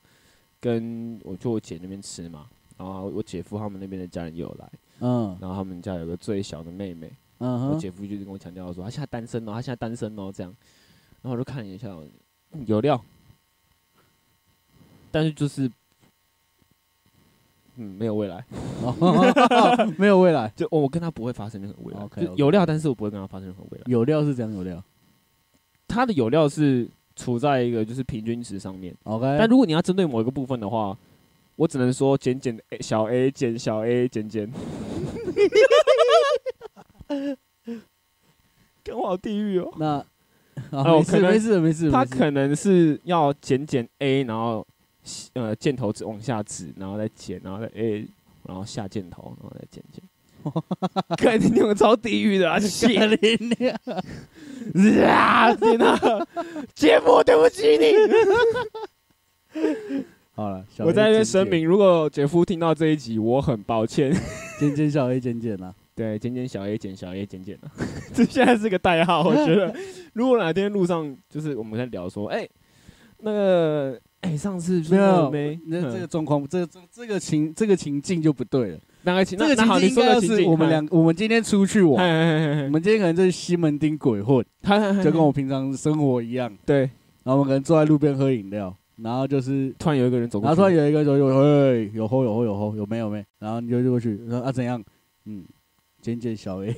[SPEAKER 1] 跟我就我姐那边吃嘛，然后我姐夫他们那边的家人也有来，
[SPEAKER 2] 嗯
[SPEAKER 1] 然后他们家有个最小的妹妹。我
[SPEAKER 2] 嗯哼，
[SPEAKER 1] 姐夫就是跟我强调说，他现在单身哦，他现在单身哦，这样。然后我就看了一下，我嗯有料，但是就是，嗯，没有未来。
[SPEAKER 2] 哦 *laughs* 没有未来，
[SPEAKER 1] 就、哦我跟他不会发生任何未来
[SPEAKER 2] OK，OK
[SPEAKER 1] 就有料，但是我不会跟他发生任何未来。
[SPEAKER 2] 有料是怎样有料
[SPEAKER 1] 他的有料是处在一个就是平均值上面，
[SPEAKER 2] ？OK，
[SPEAKER 1] 但如果你要针对某一个部分的话，我只能说减减诶小 A 减小 A 减减。 *laughs* 跟我好地狱哦。
[SPEAKER 2] 那啊，
[SPEAKER 1] 哦
[SPEAKER 2] *laughs*
[SPEAKER 1] 可
[SPEAKER 2] 没事
[SPEAKER 1] 能
[SPEAKER 2] 没事没事，
[SPEAKER 1] 他
[SPEAKER 2] 没事
[SPEAKER 1] 可能是要剪剪 A，然后呃箭头指往下指，然后再剪，然后再 A，然后下箭头，然后再剪剪。
[SPEAKER 2] *laughs*
[SPEAKER 1] 看你那种超地狱的啊！血
[SPEAKER 2] 干你娘
[SPEAKER 1] 啊！天哪，姐夫，对不起你。
[SPEAKER 2] *laughs* 好了，小
[SPEAKER 1] 我
[SPEAKER 2] A
[SPEAKER 1] 在那边
[SPEAKER 2] 剪
[SPEAKER 1] 声明，如果姐夫听到这一集，我很抱歉。 *laughs*
[SPEAKER 2] 剪，剪剪小 A 剪剪啦，
[SPEAKER 1] 对，剪剪小 A，剪小 A，剪剪啊， *laughs* 这现在是个代号。我觉
[SPEAKER 2] *laughs*
[SPEAKER 1] 得，如果哪天路上就是我们在聊说，哎、那个，哎、上次
[SPEAKER 2] 没有
[SPEAKER 1] 没
[SPEAKER 2] 那
[SPEAKER 1] 嗯
[SPEAKER 2] 这个状况，这个这个这个情这个情境就不对了，
[SPEAKER 1] 那个情，
[SPEAKER 2] 这个
[SPEAKER 1] 那那
[SPEAKER 2] 情
[SPEAKER 1] 好，你
[SPEAKER 2] 境应
[SPEAKER 1] 说
[SPEAKER 2] 该
[SPEAKER 1] 的
[SPEAKER 2] 要
[SPEAKER 1] 情
[SPEAKER 2] 是
[SPEAKER 1] 境，嗯
[SPEAKER 2] 我们两，我们今天出去玩，我
[SPEAKER 1] 嗨，
[SPEAKER 2] 们今天可能就是西门町鬼混，
[SPEAKER 1] 嗨嗨嗨
[SPEAKER 2] 就跟我平常生活一样，
[SPEAKER 1] 对，
[SPEAKER 2] 然后我们可能坐在路边喝饮料，然后就是，
[SPEAKER 1] 突然有一个人走过
[SPEAKER 2] 然
[SPEAKER 1] 去，
[SPEAKER 2] 后突然有一个就有嘿有吼有吼有吼有没有没，然后你就就过去说啊怎样，嗯，剪剪小 A，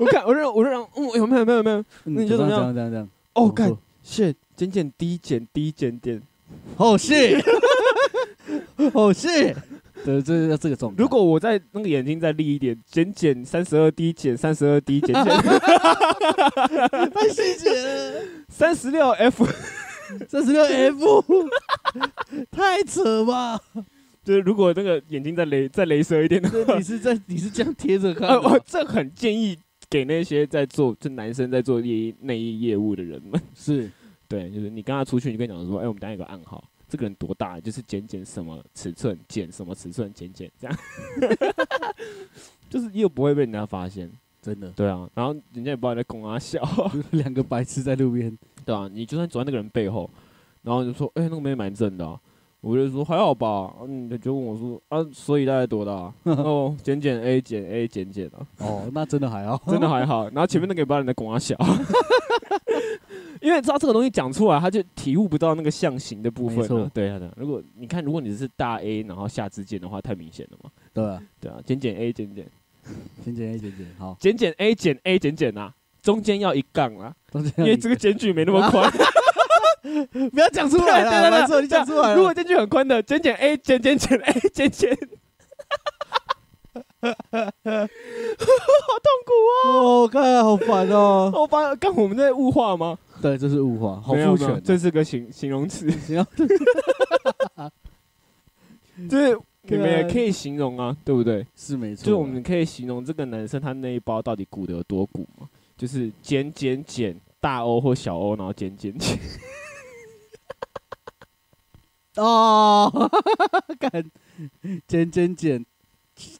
[SPEAKER 1] 我看，我让我让，嗯，有没有没有没有，
[SPEAKER 2] 嗯
[SPEAKER 1] 那你就
[SPEAKER 2] 怎
[SPEAKER 1] 怎么样
[SPEAKER 2] 么样怎样怎样，
[SPEAKER 1] 哦，
[SPEAKER 2] 怎
[SPEAKER 1] 看
[SPEAKER 2] 么，
[SPEAKER 1] shit，减减低减低减点。
[SPEAKER 2] 做，
[SPEAKER 1] *laughs*
[SPEAKER 2] 哦是，哦是，对，这这这个状态，
[SPEAKER 1] 如果我在那个眼睛再立一点，减减三十二滴减三十二滴减减
[SPEAKER 2] *laughs* 太细节
[SPEAKER 1] 嗯
[SPEAKER 2] 了。
[SPEAKER 1] 三十六 F， *laughs*
[SPEAKER 2] 三十六 F，太扯吧！
[SPEAKER 1] 就是如果那个眼睛再雷再雷射一点的
[SPEAKER 2] 这
[SPEAKER 1] 话 *laughs*
[SPEAKER 2] 你，是在你是这样贴着看
[SPEAKER 1] 呃，
[SPEAKER 2] 的
[SPEAKER 1] 我
[SPEAKER 2] 吗，
[SPEAKER 1] 这很建议给那些在做就男生在做内衣内衣业务的人们。
[SPEAKER 2] 是
[SPEAKER 1] 对，就是你跟他出去，你跟他讲说，哎、我们等下有个暗号，这个人多大，就是减减什么尺寸，减什么尺寸，减减这样， *laughs* 就是又不会被人家发现，
[SPEAKER 2] 真的，
[SPEAKER 1] 对啊，然后人家也不知道你在供他笑，啊
[SPEAKER 2] 两个白痴在路边，
[SPEAKER 1] *laughs* 对啊，你就算走在那个人背后，然后你就说，哎、那个妹妹蛮正的啊、我就说还好吧，嗯，你就问我说啊，所以大概多大、 *laughs* 哦，减减 A 减 A 减减啊，
[SPEAKER 2] 哦，那真的还好，
[SPEAKER 1] 真的还好。然后前面那个也不知道你在拱他笑， *laughs* 因为知道这个东西讲出来，他就体悟不到那个象形的部分
[SPEAKER 2] 没错
[SPEAKER 1] 了。对啊，对啊。如果你看，如果你是大 A，然后下肢腱的话，太明显了嘛。
[SPEAKER 2] 对啊，
[SPEAKER 1] 对啊，减减 A 减减
[SPEAKER 2] 剪剪一剪剪，好，
[SPEAKER 1] 减减 A 减 A 减减啊，中间要一杠啊，
[SPEAKER 2] 都哎这
[SPEAKER 1] 因
[SPEAKER 2] 样
[SPEAKER 1] 为这个间距没那么宽。
[SPEAKER 2] *laughs* 不要讲出来
[SPEAKER 1] 对对
[SPEAKER 2] 了，
[SPEAKER 1] 对
[SPEAKER 2] 没错，你讲出来了，
[SPEAKER 1] 如果间距很宽的，减减 A 减减减 A 减减， *laughs* 好痛苦哦。
[SPEAKER 2] 哦，看好烦哦。
[SPEAKER 1] 我发刚我们在物化吗？
[SPEAKER 2] 对，这是物化，好
[SPEAKER 1] 没有
[SPEAKER 2] 父
[SPEAKER 1] 没有
[SPEAKER 2] 权。啊
[SPEAKER 1] 这是个形形容 *laughs* 词，
[SPEAKER 2] 行啊，
[SPEAKER 1] 就是 *laughs* 你
[SPEAKER 2] 对啊
[SPEAKER 1] 们也可以形容啊，对不对？
[SPEAKER 2] 是没错啦。啊
[SPEAKER 1] 就是我们可以形容这个男生他那一包到底鼓得有多鼓嘛？就是减减减大欧或小欧，然后减减减。
[SPEAKER 2] 哦， *laughs* 干减减减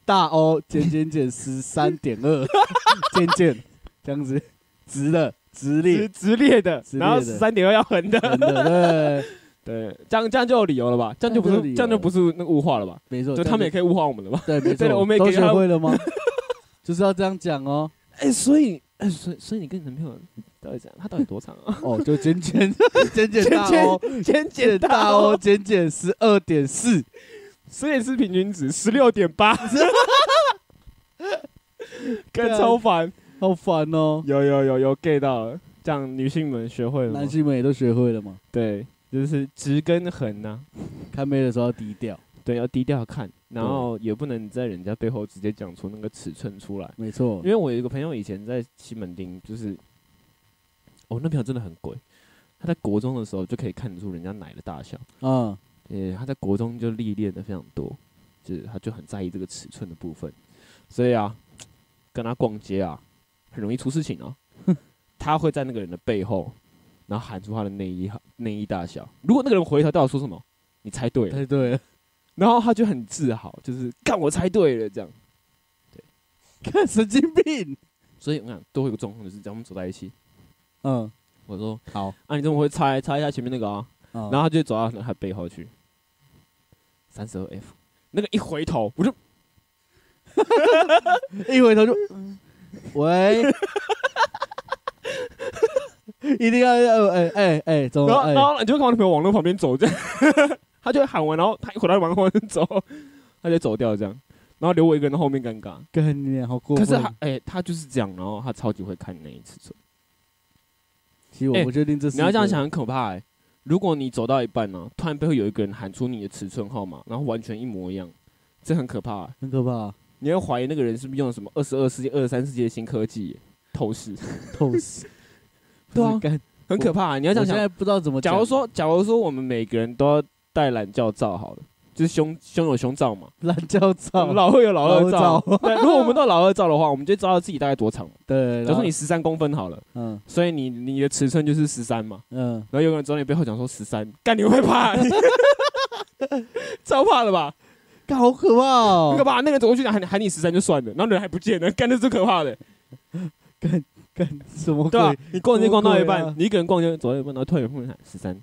[SPEAKER 2] 大欧减减减十三点二 *laughs* 减减这样子直的
[SPEAKER 1] 直
[SPEAKER 2] 直
[SPEAKER 1] *laughs*
[SPEAKER 2] 立
[SPEAKER 1] 直列的，
[SPEAKER 2] 直列的
[SPEAKER 1] 然后十三点二要横的，
[SPEAKER 2] 真的对，
[SPEAKER 1] *laughs* 对，这样这样就有理由了吧？这样就不
[SPEAKER 2] 这样就有
[SPEAKER 1] 是
[SPEAKER 2] 理由
[SPEAKER 1] 这样就不是那个物化了吧？
[SPEAKER 2] 没错，
[SPEAKER 1] 就他们也可以物化我们了吧？
[SPEAKER 2] 对没
[SPEAKER 1] 对
[SPEAKER 2] 错，
[SPEAKER 1] 我们也
[SPEAKER 2] 都
[SPEAKER 1] 给他
[SPEAKER 2] 学会了吗？ *laughs* 就是要这样讲哦，
[SPEAKER 1] *laughs* 哎，所以哎，所以所以你跟你男朋友到底怎样？他到底多长 *laughs* 啊？
[SPEAKER 2] 哦就减减减减大欧
[SPEAKER 1] 减减减
[SPEAKER 2] 大
[SPEAKER 1] 大
[SPEAKER 2] 欧
[SPEAKER 1] 哦，
[SPEAKER 2] 减减十二点四，
[SPEAKER 1] 所以是平均值十六点八， *laughs* 跟
[SPEAKER 2] 干
[SPEAKER 1] 超凡
[SPEAKER 2] 好烦哦，
[SPEAKER 1] 有有有有 get 到了，这样女性们学会了吗
[SPEAKER 2] 男性们也都学会了吗？
[SPEAKER 1] 对，就是直跟横呐、
[SPEAKER 2] 看妹的时候要低调，
[SPEAKER 1] 对，要低调看，然
[SPEAKER 2] 对
[SPEAKER 1] 后也不能在人家背后直接讲出那个尺寸出来。
[SPEAKER 2] 没错
[SPEAKER 1] 因，为我有一个朋友以前在西门町，就是我、哦、那朋友真的很鬼，他在国中的时候就可以看得出人家奶的大小，
[SPEAKER 2] 嗯，
[SPEAKER 1] 呃，他在国中就历练的非常多，就是他就很在意这个尺寸的部分，所以啊，跟他逛街啊，很容易出事情啊。 *laughs* 他会在那个人的背后，然后喊出他的内衣内衣大小。如果那个人回头对我说什么，你猜对了，
[SPEAKER 2] 太对了，
[SPEAKER 1] 然后他就很自豪，就是干我猜对了这样。
[SPEAKER 2] 看 *laughs* 神经病，
[SPEAKER 1] 所以我想都会有个状况，就是这样我们走在一起，
[SPEAKER 2] 嗯，
[SPEAKER 1] 我说
[SPEAKER 2] 好，
[SPEAKER 1] 啊，你怎么会猜猜一下前面那个啊？
[SPEAKER 2] 然
[SPEAKER 1] 然后他就走到他背后去，三十二 F，那个一回头我就
[SPEAKER 2] 一回头就，
[SPEAKER 1] 嗯
[SPEAKER 2] 喂， *laughs* 一定要呃哎哎哎，怎么
[SPEAKER 1] 然后
[SPEAKER 2] 哎
[SPEAKER 1] 然？后你就会看到你朋友往那旁边走，这
[SPEAKER 2] *laughs*
[SPEAKER 1] 样，他就会喊完，然后他一回来往后面走，他就走掉这样，然后留我一个人在后面尴尬。
[SPEAKER 2] 跟你好过
[SPEAKER 1] 可
[SPEAKER 2] 分。
[SPEAKER 1] 是他，哎、他就是这样，然后他超级会看那一次准。
[SPEAKER 2] 其实我
[SPEAKER 1] 哎
[SPEAKER 2] 不确定这是
[SPEAKER 1] 你要这样想，很可怕、欸。如果你走到一半呢、啊突然背后有一个人喊出你的尺寸号码，然后完全一模一样，这很可怕、欸。
[SPEAKER 2] 很可怕，
[SPEAKER 1] 你会怀疑那个人是不是用了什么二十二世纪、二十三世纪的新科技、欸透视，
[SPEAKER 2] 透视。
[SPEAKER 1] *laughs* 对啊
[SPEAKER 2] 不是干
[SPEAKER 1] *laughs* 很可怕、欸你要
[SPEAKER 2] 我
[SPEAKER 1] 这样
[SPEAKER 2] 现
[SPEAKER 1] 想，
[SPEAKER 2] 在不知道怎么讲。
[SPEAKER 1] 假如说，假如说我们每个人都要戴懒觉罩好了，就是胸胸有胸罩嘛，
[SPEAKER 2] *laughs* 懒觉
[SPEAKER 1] 我 *laughs*
[SPEAKER 2] 照
[SPEAKER 1] 们，老二有老二罩
[SPEAKER 2] 老
[SPEAKER 1] *laughs*
[SPEAKER 2] 二。
[SPEAKER 1] 对，如果我们都老二罩的话，我们就知道自己大概多长。
[SPEAKER 2] 对，
[SPEAKER 1] 假
[SPEAKER 2] 然
[SPEAKER 1] 如
[SPEAKER 2] 后
[SPEAKER 1] 说你十三公分好了，
[SPEAKER 2] 嗯
[SPEAKER 1] 所以你你的尺寸就是十三嘛，
[SPEAKER 2] 嗯，
[SPEAKER 1] 然后有个人走到你背后讲说十三，干你会怕， *laughs* 你超怕了吧？
[SPEAKER 2] 干好可怕
[SPEAKER 1] 很可
[SPEAKER 2] 哦！
[SPEAKER 1] 怕，那个人走过去喊你喊你十三就算了，然后人还不见了，干这最可怕的，
[SPEAKER 2] *laughs* 干什么
[SPEAKER 1] 对啊
[SPEAKER 2] 鬼
[SPEAKER 1] 吧？？你逛街逛到一
[SPEAKER 2] 什么鬼
[SPEAKER 1] 半
[SPEAKER 2] 啊，
[SPEAKER 1] 你一个人逛街走到一半，然后突然有人喊十三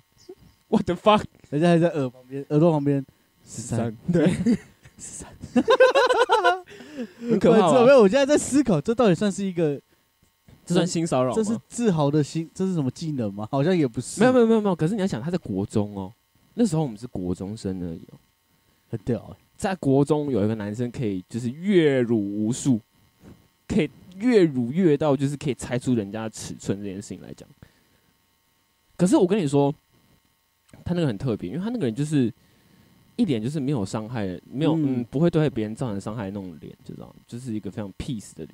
[SPEAKER 1] ，what the fuck，
[SPEAKER 2] 人家还在耳旁边，耳朵旁边。
[SPEAKER 1] 十
[SPEAKER 2] 13，
[SPEAKER 1] 对，
[SPEAKER 2] 十三，
[SPEAKER 1] *laughs* 很可怕 *laughs*
[SPEAKER 2] 没有
[SPEAKER 1] 吧
[SPEAKER 2] 没。有，我现在在思考，这到底算是一个，
[SPEAKER 1] 这算性骚扰吗？
[SPEAKER 2] 这是自豪的心，这是什么技能吗？好像也不是，
[SPEAKER 1] 没有没有没有没有。可是你要想，他在国中哦，那时候我们是国中生而已、哦，
[SPEAKER 2] 很屌欸
[SPEAKER 1] 在国中有一个男生可以就是阅乳无数，可以阅乳阅到就是可以猜出人家的尺寸这件事情来讲。可是我跟你说，他那个很特别，因为他那个人就是一脸就是没有伤害人，没有
[SPEAKER 2] 嗯
[SPEAKER 1] 嗯不会对别人造成伤害的那种脸，就知道吗就是一个非常 peace 的脸，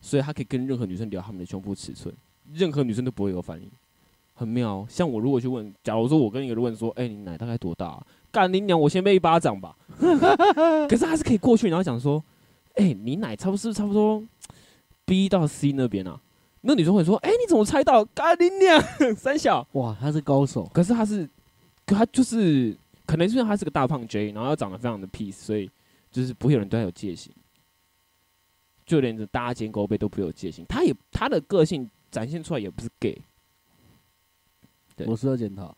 [SPEAKER 1] 所以他可以跟任何女生聊他们的胸部尺寸，任何女生都不会有反应，很妙哦、像我如果去问，假如说我跟一个人问说，哎、你奶大概多大、啊？干你娘！我先被一巴掌吧。可是他是可以过去，然后讲说，哎、你奶差不多是不是差不多 B 到 C 那边啊？那女生会说，哎、你怎么猜到？干你娘！ *laughs* 三小。
[SPEAKER 2] 哇，他是高手，
[SPEAKER 1] 可是他是，可他就是可能是因为他是个大胖 J，然后又长得非常的 peace，所以就是不会有人对他有戒心，就连着搭肩勾背都不会有戒心。他也他的个性展现出来也不是 gay，对
[SPEAKER 2] 我是要检讨。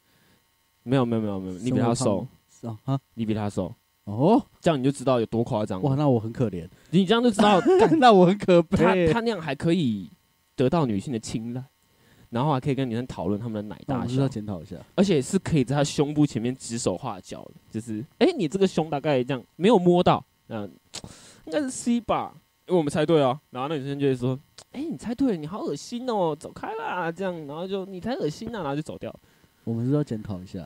[SPEAKER 1] 没有没有没有没有，你比他
[SPEAKER 2] 生活
[SPEAKER 1] 瘦
[SPEAKER 2] 胖，啊哈
[SPEAKER 1] 你比他瘦，
[SPEAKER 2] 哦，
[SPEAKER 1] 这样你就知道有多夸张。
[SPEAKER 2] 哇，那我很可怜，
[SPEAKER 1] 你这样就知道干
[SPEAKER 2] *laughs* 那我很可
[SPEAKER 1] *laughs* 他
[SPEAKER 2] 悲。
[SPEAKER 1] 他那样还可以得到女性的青睐，然后还可以跟女生讨论他们的奶
[SPEAKER 2] 那我
[SPEAKER 1] 大
[SPEAKER 2] 们是要
[SPEAKER 1] 小，
[SPEAKER 2] 检讨一下，
[SPEAKER 1] 而且是可以在他胸部前面指手画脚的，就是哎、诶你这个胸大概这样没有摸到，嗯，应该是 C 吧，因为我们猜对啊，然后那女生就会说，哎、你猜对了，你好恶心哦，走开啦，这样，然后就你才恶心啊，然后就走掉。
[SPEAKER 2] 我们是要检讨一下。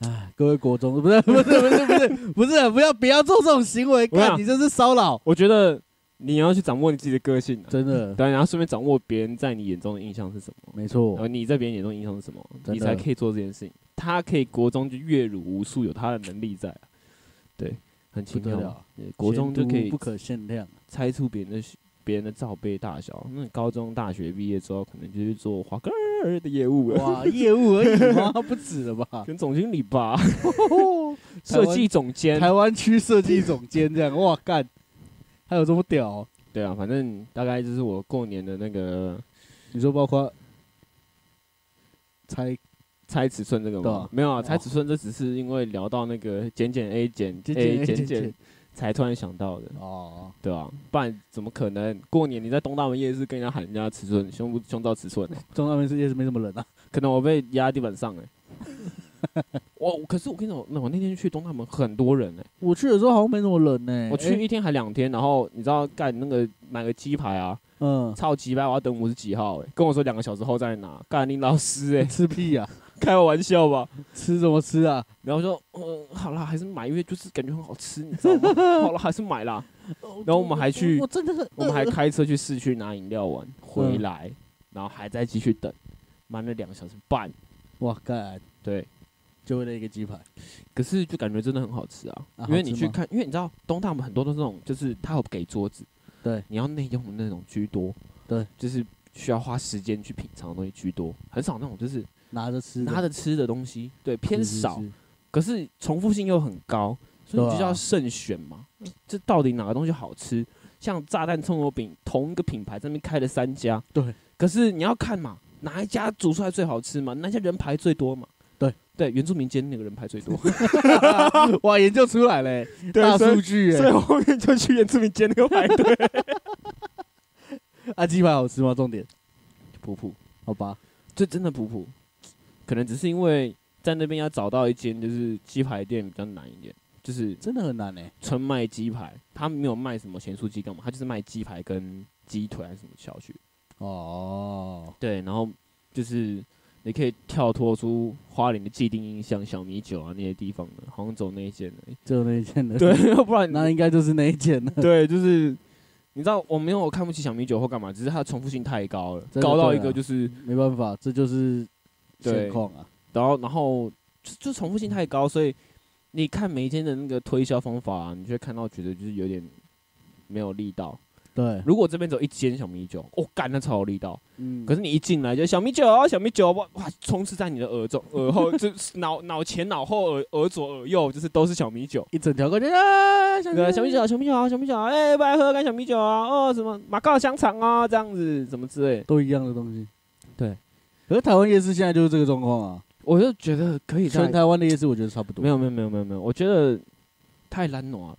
[SPEAKER 2] 哎，各位国中不 *laughs* 是不是不是不是不是不要不要做这种行为，
[SPEAKER 1] 我想
[SPEAKER 2] 看你这是骚扰。
[SPEAKER 1] 我觉得你要去掌握你自己的个性、啊，
[SPEAKER 2] 真的，
[SPEAKER 1] 对，然后顺便掌握别人在你眼中的印象是什么，
[SPEAKER 2] 没
[SPEAKER 1] 然
[SPEAKER 2] 错
[SPEAKER 1] 后，你在别人眼中的印象是什么，
[SPEAKER 2] 真
[SPEAKER 1] 你
[SPEAKER 2] 的
[SPEAKER 1] 才可以做这件事情。他可以国中就阅辱无数，有他的能力在啊、对，很
[SPEAKER 2] 不
[SPEAKER 1] 奇
[SPEAKER 2] 得
[SPEAKER 1] 妙啊。
[SPEAKER 2] 了，
[SPEAKER 1] 对国中就可
[SPEAKER 2] 前
[SPEAKER 1] 以
[SPEAKER 2] 途不可限量，
[SPEAKER 1] 猜出别人的学别人的罩杯大小。那高中、大学毕业之后，可能就去做华哥儿的业务了，
[SPEAKER 2] 哇，业务而已吗？不止了 *laughs*
[SPEAKER 1] *laughs*
[SPEAKER 2] 吧？
[SPEAKER 1] 跟总经理 *laughs* 吧，
[SPEAKER 2] 台湾
[SPEAKER 1] 设计总监。
[SPEAKER 2] 台湾区设计总监这样，哇干，还有这么屌哦、
[SPEAKER 1] 对啊，反正大概就是我过年的那个
[SPEAKER 2] 你说包括猜
[SPEAKER 1] 猜尺寸这个
[SPEAKER 2] 对
[SPEAKER 1] 吗
[SPEAKER 2] 啊？
[SPEAKER 1] 没有啊，
[SPEAKER 2] 哦
[SPEAKER 1] 猜尺寸这只是因为聊到那个减减 A 减
[SPEAKER 2] 减
[SPEAKER 1] A
[SPEAKER 2] 减
[SPEAKER 1] 减
[SPEAKER 2] 减
[SPEAKER 1] 减
[SPEAKER 2] 减
[SPEAKER 1] 才突然想到的，
[SPEAKER 2] 哦，
[SPEAKER 1] 对啊，不然怎么可能过年你在东大门夜市跟人家喊人家尺寸胸部胸罩尺寸呢？
[SPEAKER 2] 中大门世界是没什么人啊，
[SPEAKER 1] 可能我被压在地板上哎、欸我可是我跟你讲，那我那天去东大门很多人哎、
[SPEAKER 2] 我去的时候好像没什么人呢、
[SPEAKER 1] 我去
[SPEAKER 2] 欸
[SPEAKER 1] 一天还两天，然后你知道干那个买个鸡排啊，
[SPEAKER 2] 嗯，
[SPEAKER 1] 超鸡排我要等五十几号哎、跟我说两个小时后再拿，干你老师哎、
[SPEAKER 2] *laughs* 吃屁呀、
[SPEAKER 1] 开我玩笑吧。
[SPEAKER 2] 吃什么吃啊？
[SPEAKER 1] 然后说，嗯、好啦，还是买，因为就是感觉很好吃，你知道吗？好了，还是买啦。然哦后我们还去
[SPEAKER 2] 我真的很，
[SPEAKER 1] 我们还开车去市区拿饮料玩，回来，
[SPEAKER 2] 嗯
[SPEAKER 1] 然后还在继续等，满了两个小时半。
[SPEAKER 2] 哇干，
[SPEAKER 1] 对，
[SPEAKER 2] 就为了一个鸡排，
[SPEAKER 1] 可是就感觉真的很好吃啊，
[SPEAKER 2] 啊
[SPEAKER 1] 因为
[SPEAKER 2] 好吃
[SPEAKER 1] 你去
[SPEAKER 2] 吗
[SPEAKER 1] 看，因为你知道东大门很多都是那种，就是他有给桌子，
[SPEAKER 2] 对，
[SPEAKER 1] 你要内用的那种居多，
[SPEAKER 2] 对，
[SPEAKER 1] 就是需要花时间去品尝的东西居多，很少那种就是
[SPEAKER 2] 拿着吃的，
[SPEAKER 1] 拿着吃的东西，对，偏
[SPEAKER 2] 是是
[SPEAKER 1] 少。
[SPEAKER 2] 是 *laughs*
[SPEAKER 1] 可是重复性又很高，所以你
[SPEAKER 2] 对啊
[SPEAKER 1] 就要慎选嘛。这到底哪个东西好吃？像炸弹葱油饼，同一个品牌这边开了三家，
[SPEAKER 2] 对。
[SPEAKER 1] 可是你要看嘛，哪一家煮出来最好吃嘛？哪一家人排最多嘛？
[SPEAKER 2] 对
[SPEAKER 1] 对，原住民间那个人排最
[SPEAKER 2] *laughs*
[SPEAKER 1] 多，
[SPEAKER 2] 哇，研究出来嘞、大
[SPEAKER 1] 所以
[SPEAKER 2] 数据
[SPEAKER 1] 所以
[SPEAKER 2] 哎、
[SPEAKER 1] 我后面就去原住民间那个排
[SPEAKER 2] *laughs*
[SPEAKER 1] 队。
[SPEAKER 2] 啊，鸡排好吃吗？重点，
[SPEAKER 1] 普普，
[SPEAKER 2] 好吧，
[SPEAKER 1] 这真的普普，可能只是因为在那边要找到一间就是鸡排店比较难一点，就是
[SPEAKER 2] 真的很难哎、
[SPEAKER 1] 纯卖鸡排，他没有卖什么咸酥鸡干嘛，他就是卖鸡排跟鸡腿还是什么小去。
[SPEAKER 2] 哦，
[SPEAKER 1] 对，然后就是你可以跳脱出花莲的既定印象，小米酒啊那些地方的，好像走那一间的。
[SPEAKER 2] 就那一件
[SPEAKER 1] *laughs*
[SPEAKER 2] 的，，
[SPEAKER 1] 对，要不然
[SPEAKER 2] 那应该就是那一件了。
[SPEAKER 1] 对，就是你知道我没有看不起小米酒或干嘛，只是它的重复性太高了，
[SPEAKER 2] 真的
[SPEAKER 1] 高到
[SPEAKER 2] 对
[SPEAKER 1] 一个
[SPEAKER 2] 啊
[SPEAKER 1] 就是，
[SPEAKER 2] 没办法，这就是
[SPEAKER 1] 对
[SPEAKER 2] 现况啊。
[SPEAKER 1] 然后然后就就重复性太高，所以你看每一天的那个推销方法、啊，你就会看到觉得就是有点没有力道。
[SPEAKER 2] 对，
[SPEAKER 1] 如果这边只有一间小米酒，哦，干，那超有力道。
[SPEAKER 2] 嗯，
[SPEAKER 1] 可是你一进来就小米酒啊，小米酒啊，哇哇，充斥在你的耳中、耳后，就是脑脑前、脑后、耳耳左、耳右，就是都是小米酒。
[SPEAKER 2] 一整条过去啊，小
[SPEAKER 1] 对，小米酒啊，小米酒啊，小米酒啊，哎、不来喝干小米酒啊，哦，什么马告香肠啊，这样子，什么之类的。
[SPEAKER 2] 都一样的东西。
[SPEAKER 1] 对，
[SPEAKER 2] 可是台湾夜市现在就是这个状况啊，
[SPEAKER 1] 我就觉得可以在
[SPEAKER 2] 全台湾的夜市我觉得差不多。
[SPEAKER 1] 没有没有没有没有没有，我觉得太懒惰了。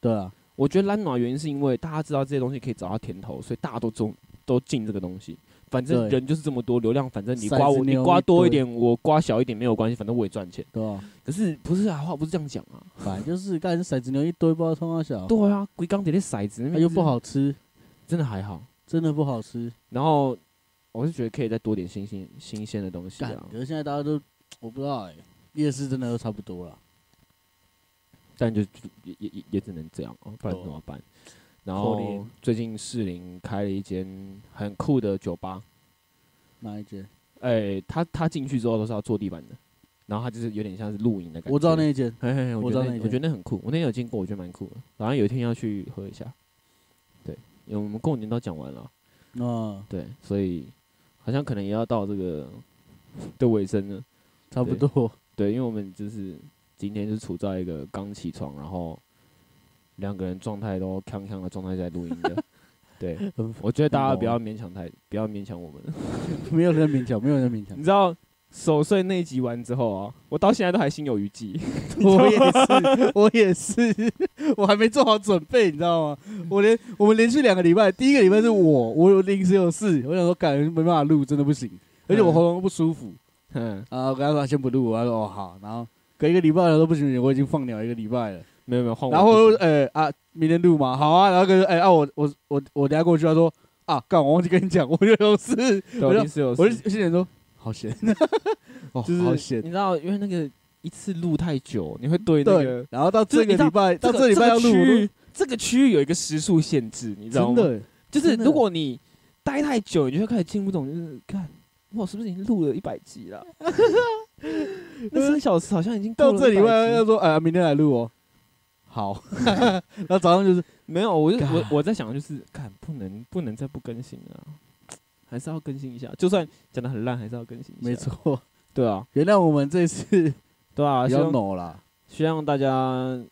[SPEAKER 2] 对啊，
[SPEAKER 1] 我觉得懒惰的原因是因为大家知道这些东西可以找到甜头，所以大家都中都进这个东西。反正
[SPEAKER 2] 对
[SPEAKER 1] 人就是这么多，流量反正你
[SPEAKER 2] 塞
[SPEAKER 1] 刮
[SPEAKER 2] 子
[SPEAKER 1] 我，你
[SPEAKER 2] 妞
[SPEAKER 1] 刮
[SPEAKER 2] 一
[SPEAKER 1] 多一
[SPEAKER 2] 堆
[SPEAKER 1] 点，我刮小一点没有关系，反正我也赚钱。
[SPEAKER 2] 对啊，
[SPEAKER 1] 可是不是啊，话不是这样讲啊。
[SPEAKER 2] 反正就是干骰子牛一堆，不知道冲到小，
[SPEAKER 1] 对啊，龟缸底的骰子那
[SPEAKER 2] 哦啊
[SPEAKER 1] 边
[SPEAKER 2] 又不，好吃，
[SPEAKER 1] 真的还好。
[SPEAKER 2] 真的不好吃。
[SPEAKER 1] 然后我是觉得可以再多点新鲜新鲜的东西
[SPEAKER 2] 干
[SPEAKER 1] 啊，，
[SPEAKER 2] 可是现在大家都我不知道哎，夜市真的都差不多了。
[SPEAKER 1] 但就就也也也也只能这样哦，不然
[SPEAKER 2] 对
[SPEAKER 1] 怎么办？然
[SPEAKER 2] 可
[SPEAKER 1] 后
[SPEAKER 2] 怜
[SPEAKER 1] 最近士林开了一间很酷的酒吧，
[SPEAKER 2] 哪一间？
[SPEAKER 1] 哎、他他进去之后都是要坐地板的，然后他就是有点像是露营的感觉。
[SPEAKER 2] 我知道那一间，
[SPEAKER 1] 嘿，嘿嘿，我
[SPEAKER 2] 我
[SPEAKER 1] 觉得
[SPEAKER 2] 知道那
[SPEAKER 1] 那
[SPEAKER 2] 一
[SPEAKER 1] 我
[SPEAKER 2] 间
[SPEAKER 1] 觉得那很酷，我那天有经过，我觉得蛮酷的。然后有一天要去喝一下，对，因为我们过年都讲完了，
[SPEAKER 2] 嗯，
[SPEAKER 1] 对，所以好像可能也要到这个的尾声了。
[SPEAKER 2] 差不多。
[SPEAKER 1] 对，因为我们就是今天是处在一个刚起床，然后两个人状态都康康的状态在录音
[SPEAKER 2] *laughs*
[SPEAKER 1] 的。对，我觉得大
[SPEAKER 2] 哦
[SPEAKER 1] 家不要勉强太，不要勉强我们。
[SPEAKER 2] *laughs* 没有人勉强，没有人勉
[SPEAKER 1] *laughs*
[SPEAKER 2] 强
[SPEAKER 1] 你。知道守岁那一集完之后啊，我到现在都还心有余
[SPEAKER 2] *laughs*
[SPEAKER 1] 悸。 *laughs*
[SPEAKER 2] 我也是， *laughs* 我也是， *laughs* 我还没做好准备，你知道吗？我连我们连续两个礼拜，第一个礼拜是我，我有临时有事，我想说感觉没办法录，真的不行，而且我喉咙不舒服
[SPEAKER 1] 嗯，
[SPEAKER 2] 啊，我跟他说先不录，我他说哦好，然后隔一个礼拜了都不行，不行我已经放鸟一个礼拜了，
[SPEAKER 1] 没有没有哦换我不行。
[SPEAKER 2] 然后呃啊明天录嘛，好啊，然后跟哎、啊我我我我等下过去，他说啊干我忘记跟你讲，我就有事，
[SPEAKER 1] 对
[SPEAKER 2] 我就
[SPEAKER 1] 临时有事，
[SPEAKER 2] 我就心里说好险，哦
[SPEAKER 1] 就是
[SPEAKER 2] 好险
[SPEAKER 1] 你。知道，因为那个一次录太久，你会对那
[SPEAKER 2] 对
[SPEAKER 1] 个，
[SPEAKER 2] 然后到这
[SPEAKER 1] 就是你
[SPEAKER 2] 个
[SPEAKER 1] 到
[SPEAKER 2] 礼拜，到
[SPEAKER 1] 这个
[SPEAKER 2] 礼拜要
[SPEAKER 1] 这
[SPEAKER 2] 录
[SPEAKER 1] 个，区域这个区域有一个时速限制，你知道
[SPEAKER 2] 真
[SPEAKER 1] 吗？
[SPEAKER 2] 的欸，
[SPEAKER 1] 就是
[SPEAKER 2] 真的
[SPEAKER 1] 如果你待太久，你就会开始听不懂，就是看呃我是不是已经录了一百集 *laughs* 了？那三小时好像已经过
[SPEAKER 2] 到
[SPEAKER 1] 了
[SPEAKER 2] 这里
[SPEAKER 1] 100
[SPEAKER 2] 外
[SPEAKER 1] 集
[SPEAKER 2] 要说，哎，明天来录哦。
[SPEAKER 1] *laughs*
[SPEAKER 2] 好，然后早上就是
[SPEAKER 1] 没有， *laughs* 我就我
[SPEAKER 2] 干
[SPEAKER 1] 我在想，就是看不能不能再不更新了啊，还是要更新一下，就算讲的很烂，还是要更新一下。
[SPEAKER 2] 没，错，
[SPEAKER 1] 对啊，
[SPEAKER 2] 原谅我们这次
[SPEAKER 1] 对啊，
[SPEAKER 2] 比
[SPEAKER 1] 希
[SPEAKER 2] 较
[SPEAKER 1] 望
[SPEAKER 2] 努啦。
[SPEAKER 1] 希望大家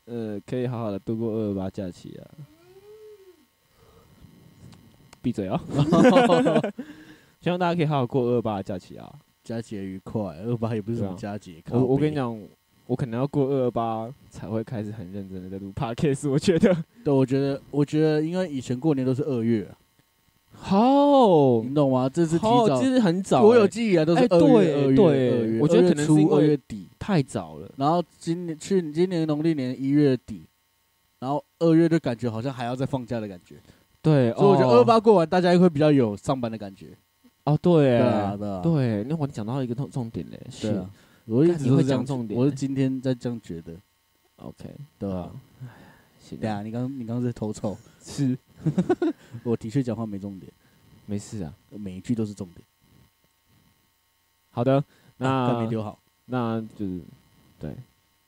[SPEAKER 1] 呃可以好好的度过二二八假期啊。闭嘴啊！ *laughs* 希望大家可以好好过二二八假期啊。
[SPEAKER 2] 佳节愉快，二八也不是什么佳节。靠
[SPEAKER 1] 我我跟你
[SPEAKER 2] 北，
[SPEAKER 1] 讲，我可能要过二二八才会开始很认真的在录 podcast，我觉得。
[SPEAKER 2] 对，我觉得，我觉得，因为以前过年都是二月啊，
[SPEAKER 1] 好，
[SPEAKER 2] 你懂吗？这次提
[SPEAKER 1] 好，
[SPEAKER 2] 早
[SPEAKER 1] 其，实很早欸、
[SPEAKER 2] 我有记忆啊，都是
[SPEAKER 1] 哎
[SPEAKER 2] 二
[SPEAKER 1] 对
[SPEAKER 2] 月、二月、
[SPEAKER 1] 对
[SPEAKER 2] 二月，
[SPEAKER 1] 我觉得
[SPEAKER 2] 二月
[SPEAKER 1] 可能是因
[SPEAKER 2] 初
[SPEAKER 1] 为
[SPEAKER 2] 二月底，
[SPEAKER 1] 太早了。
[SPEAKER 2] 然后今年去今年农历年一月底，然后二月就感觉好像还要再放假的感觉，
[SPEAKER 1] 对，
[SPEAKER 2] 所以我觉得
[SPEAKER 1] 哦
[SPEAKER 2] 二八过完，大家会比较有上班的感觉。
[SPEAKER 1] 哦，对
[SPEAKER 2] 对
[SPEAKER 1] 欸，
[SPEAKER 2] 啊，对啊，
[SPEAKER 1] 对，那我讲到一个重重点嘞，
[SPEAKER 2] 对
[SPEAKER 1] 是
[SPEAKER 2] 啊，我一
[SPEAKER 1] 干
[SPEAKER 2] 直
[SPEAKER 1] 你
[SPEAKER 2] 都
[SPEAKER 1] 会
[SPEAKER 2] 是这
[SPEAKER 1] 讲
[SPEAKER 2] 样
[SPEAKER 1] 重点
[SPEAKER 2] 我是今天在这样觉得，
[SPEAKER 1] OK，
[SPEAKER 2] 对吧、
[SPEAKER 1] 好啊行
[SPEAKER 2] 嗯对啊，你刚你刚刚在偷臭，
[SPEAKER 1] 是
[SPEAKER 2] 我的确讲话没重点，
[SPEAKER 1] 没事啊。
[SPEAKER 2] 每一句都是重点，
[SPEAKER 1] 好的，
[SPEAKER 2] 啊干
[SPEAKER 1] 那
[SPEAKER 2] 没丢好。
[SPEAKER 1] 那就是对，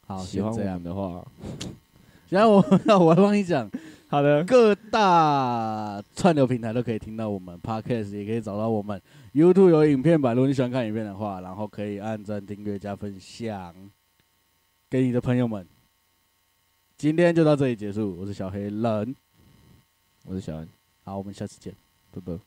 [SPEAKER 2] 好，
[SPEAKER 1] 喜欢
[SPEAKER 2] 先
[SPEAKER 1] 我
[SPEAKER 2] 这样
[SPEAKER 1] 们。的话，
[SPEAKER 2] *laughs* 然后我 *laughs* 那我要帮你讲，
[SPEAKER 1] 好的，
[SPEAKER 2] 各大串流平台都可以听到我们 podcast，也可以找到我们 YouTube 有影片版，如果你喜欢看影片的话，然后可以按赞、订阅、加分享给你的朋友们。今天就到这里结束，我是小黑人，
[SPEAKER 1] 我是小安，
[SPEAKER 2] 好，我们下次见。
[SPEAKER 1] 拜拜。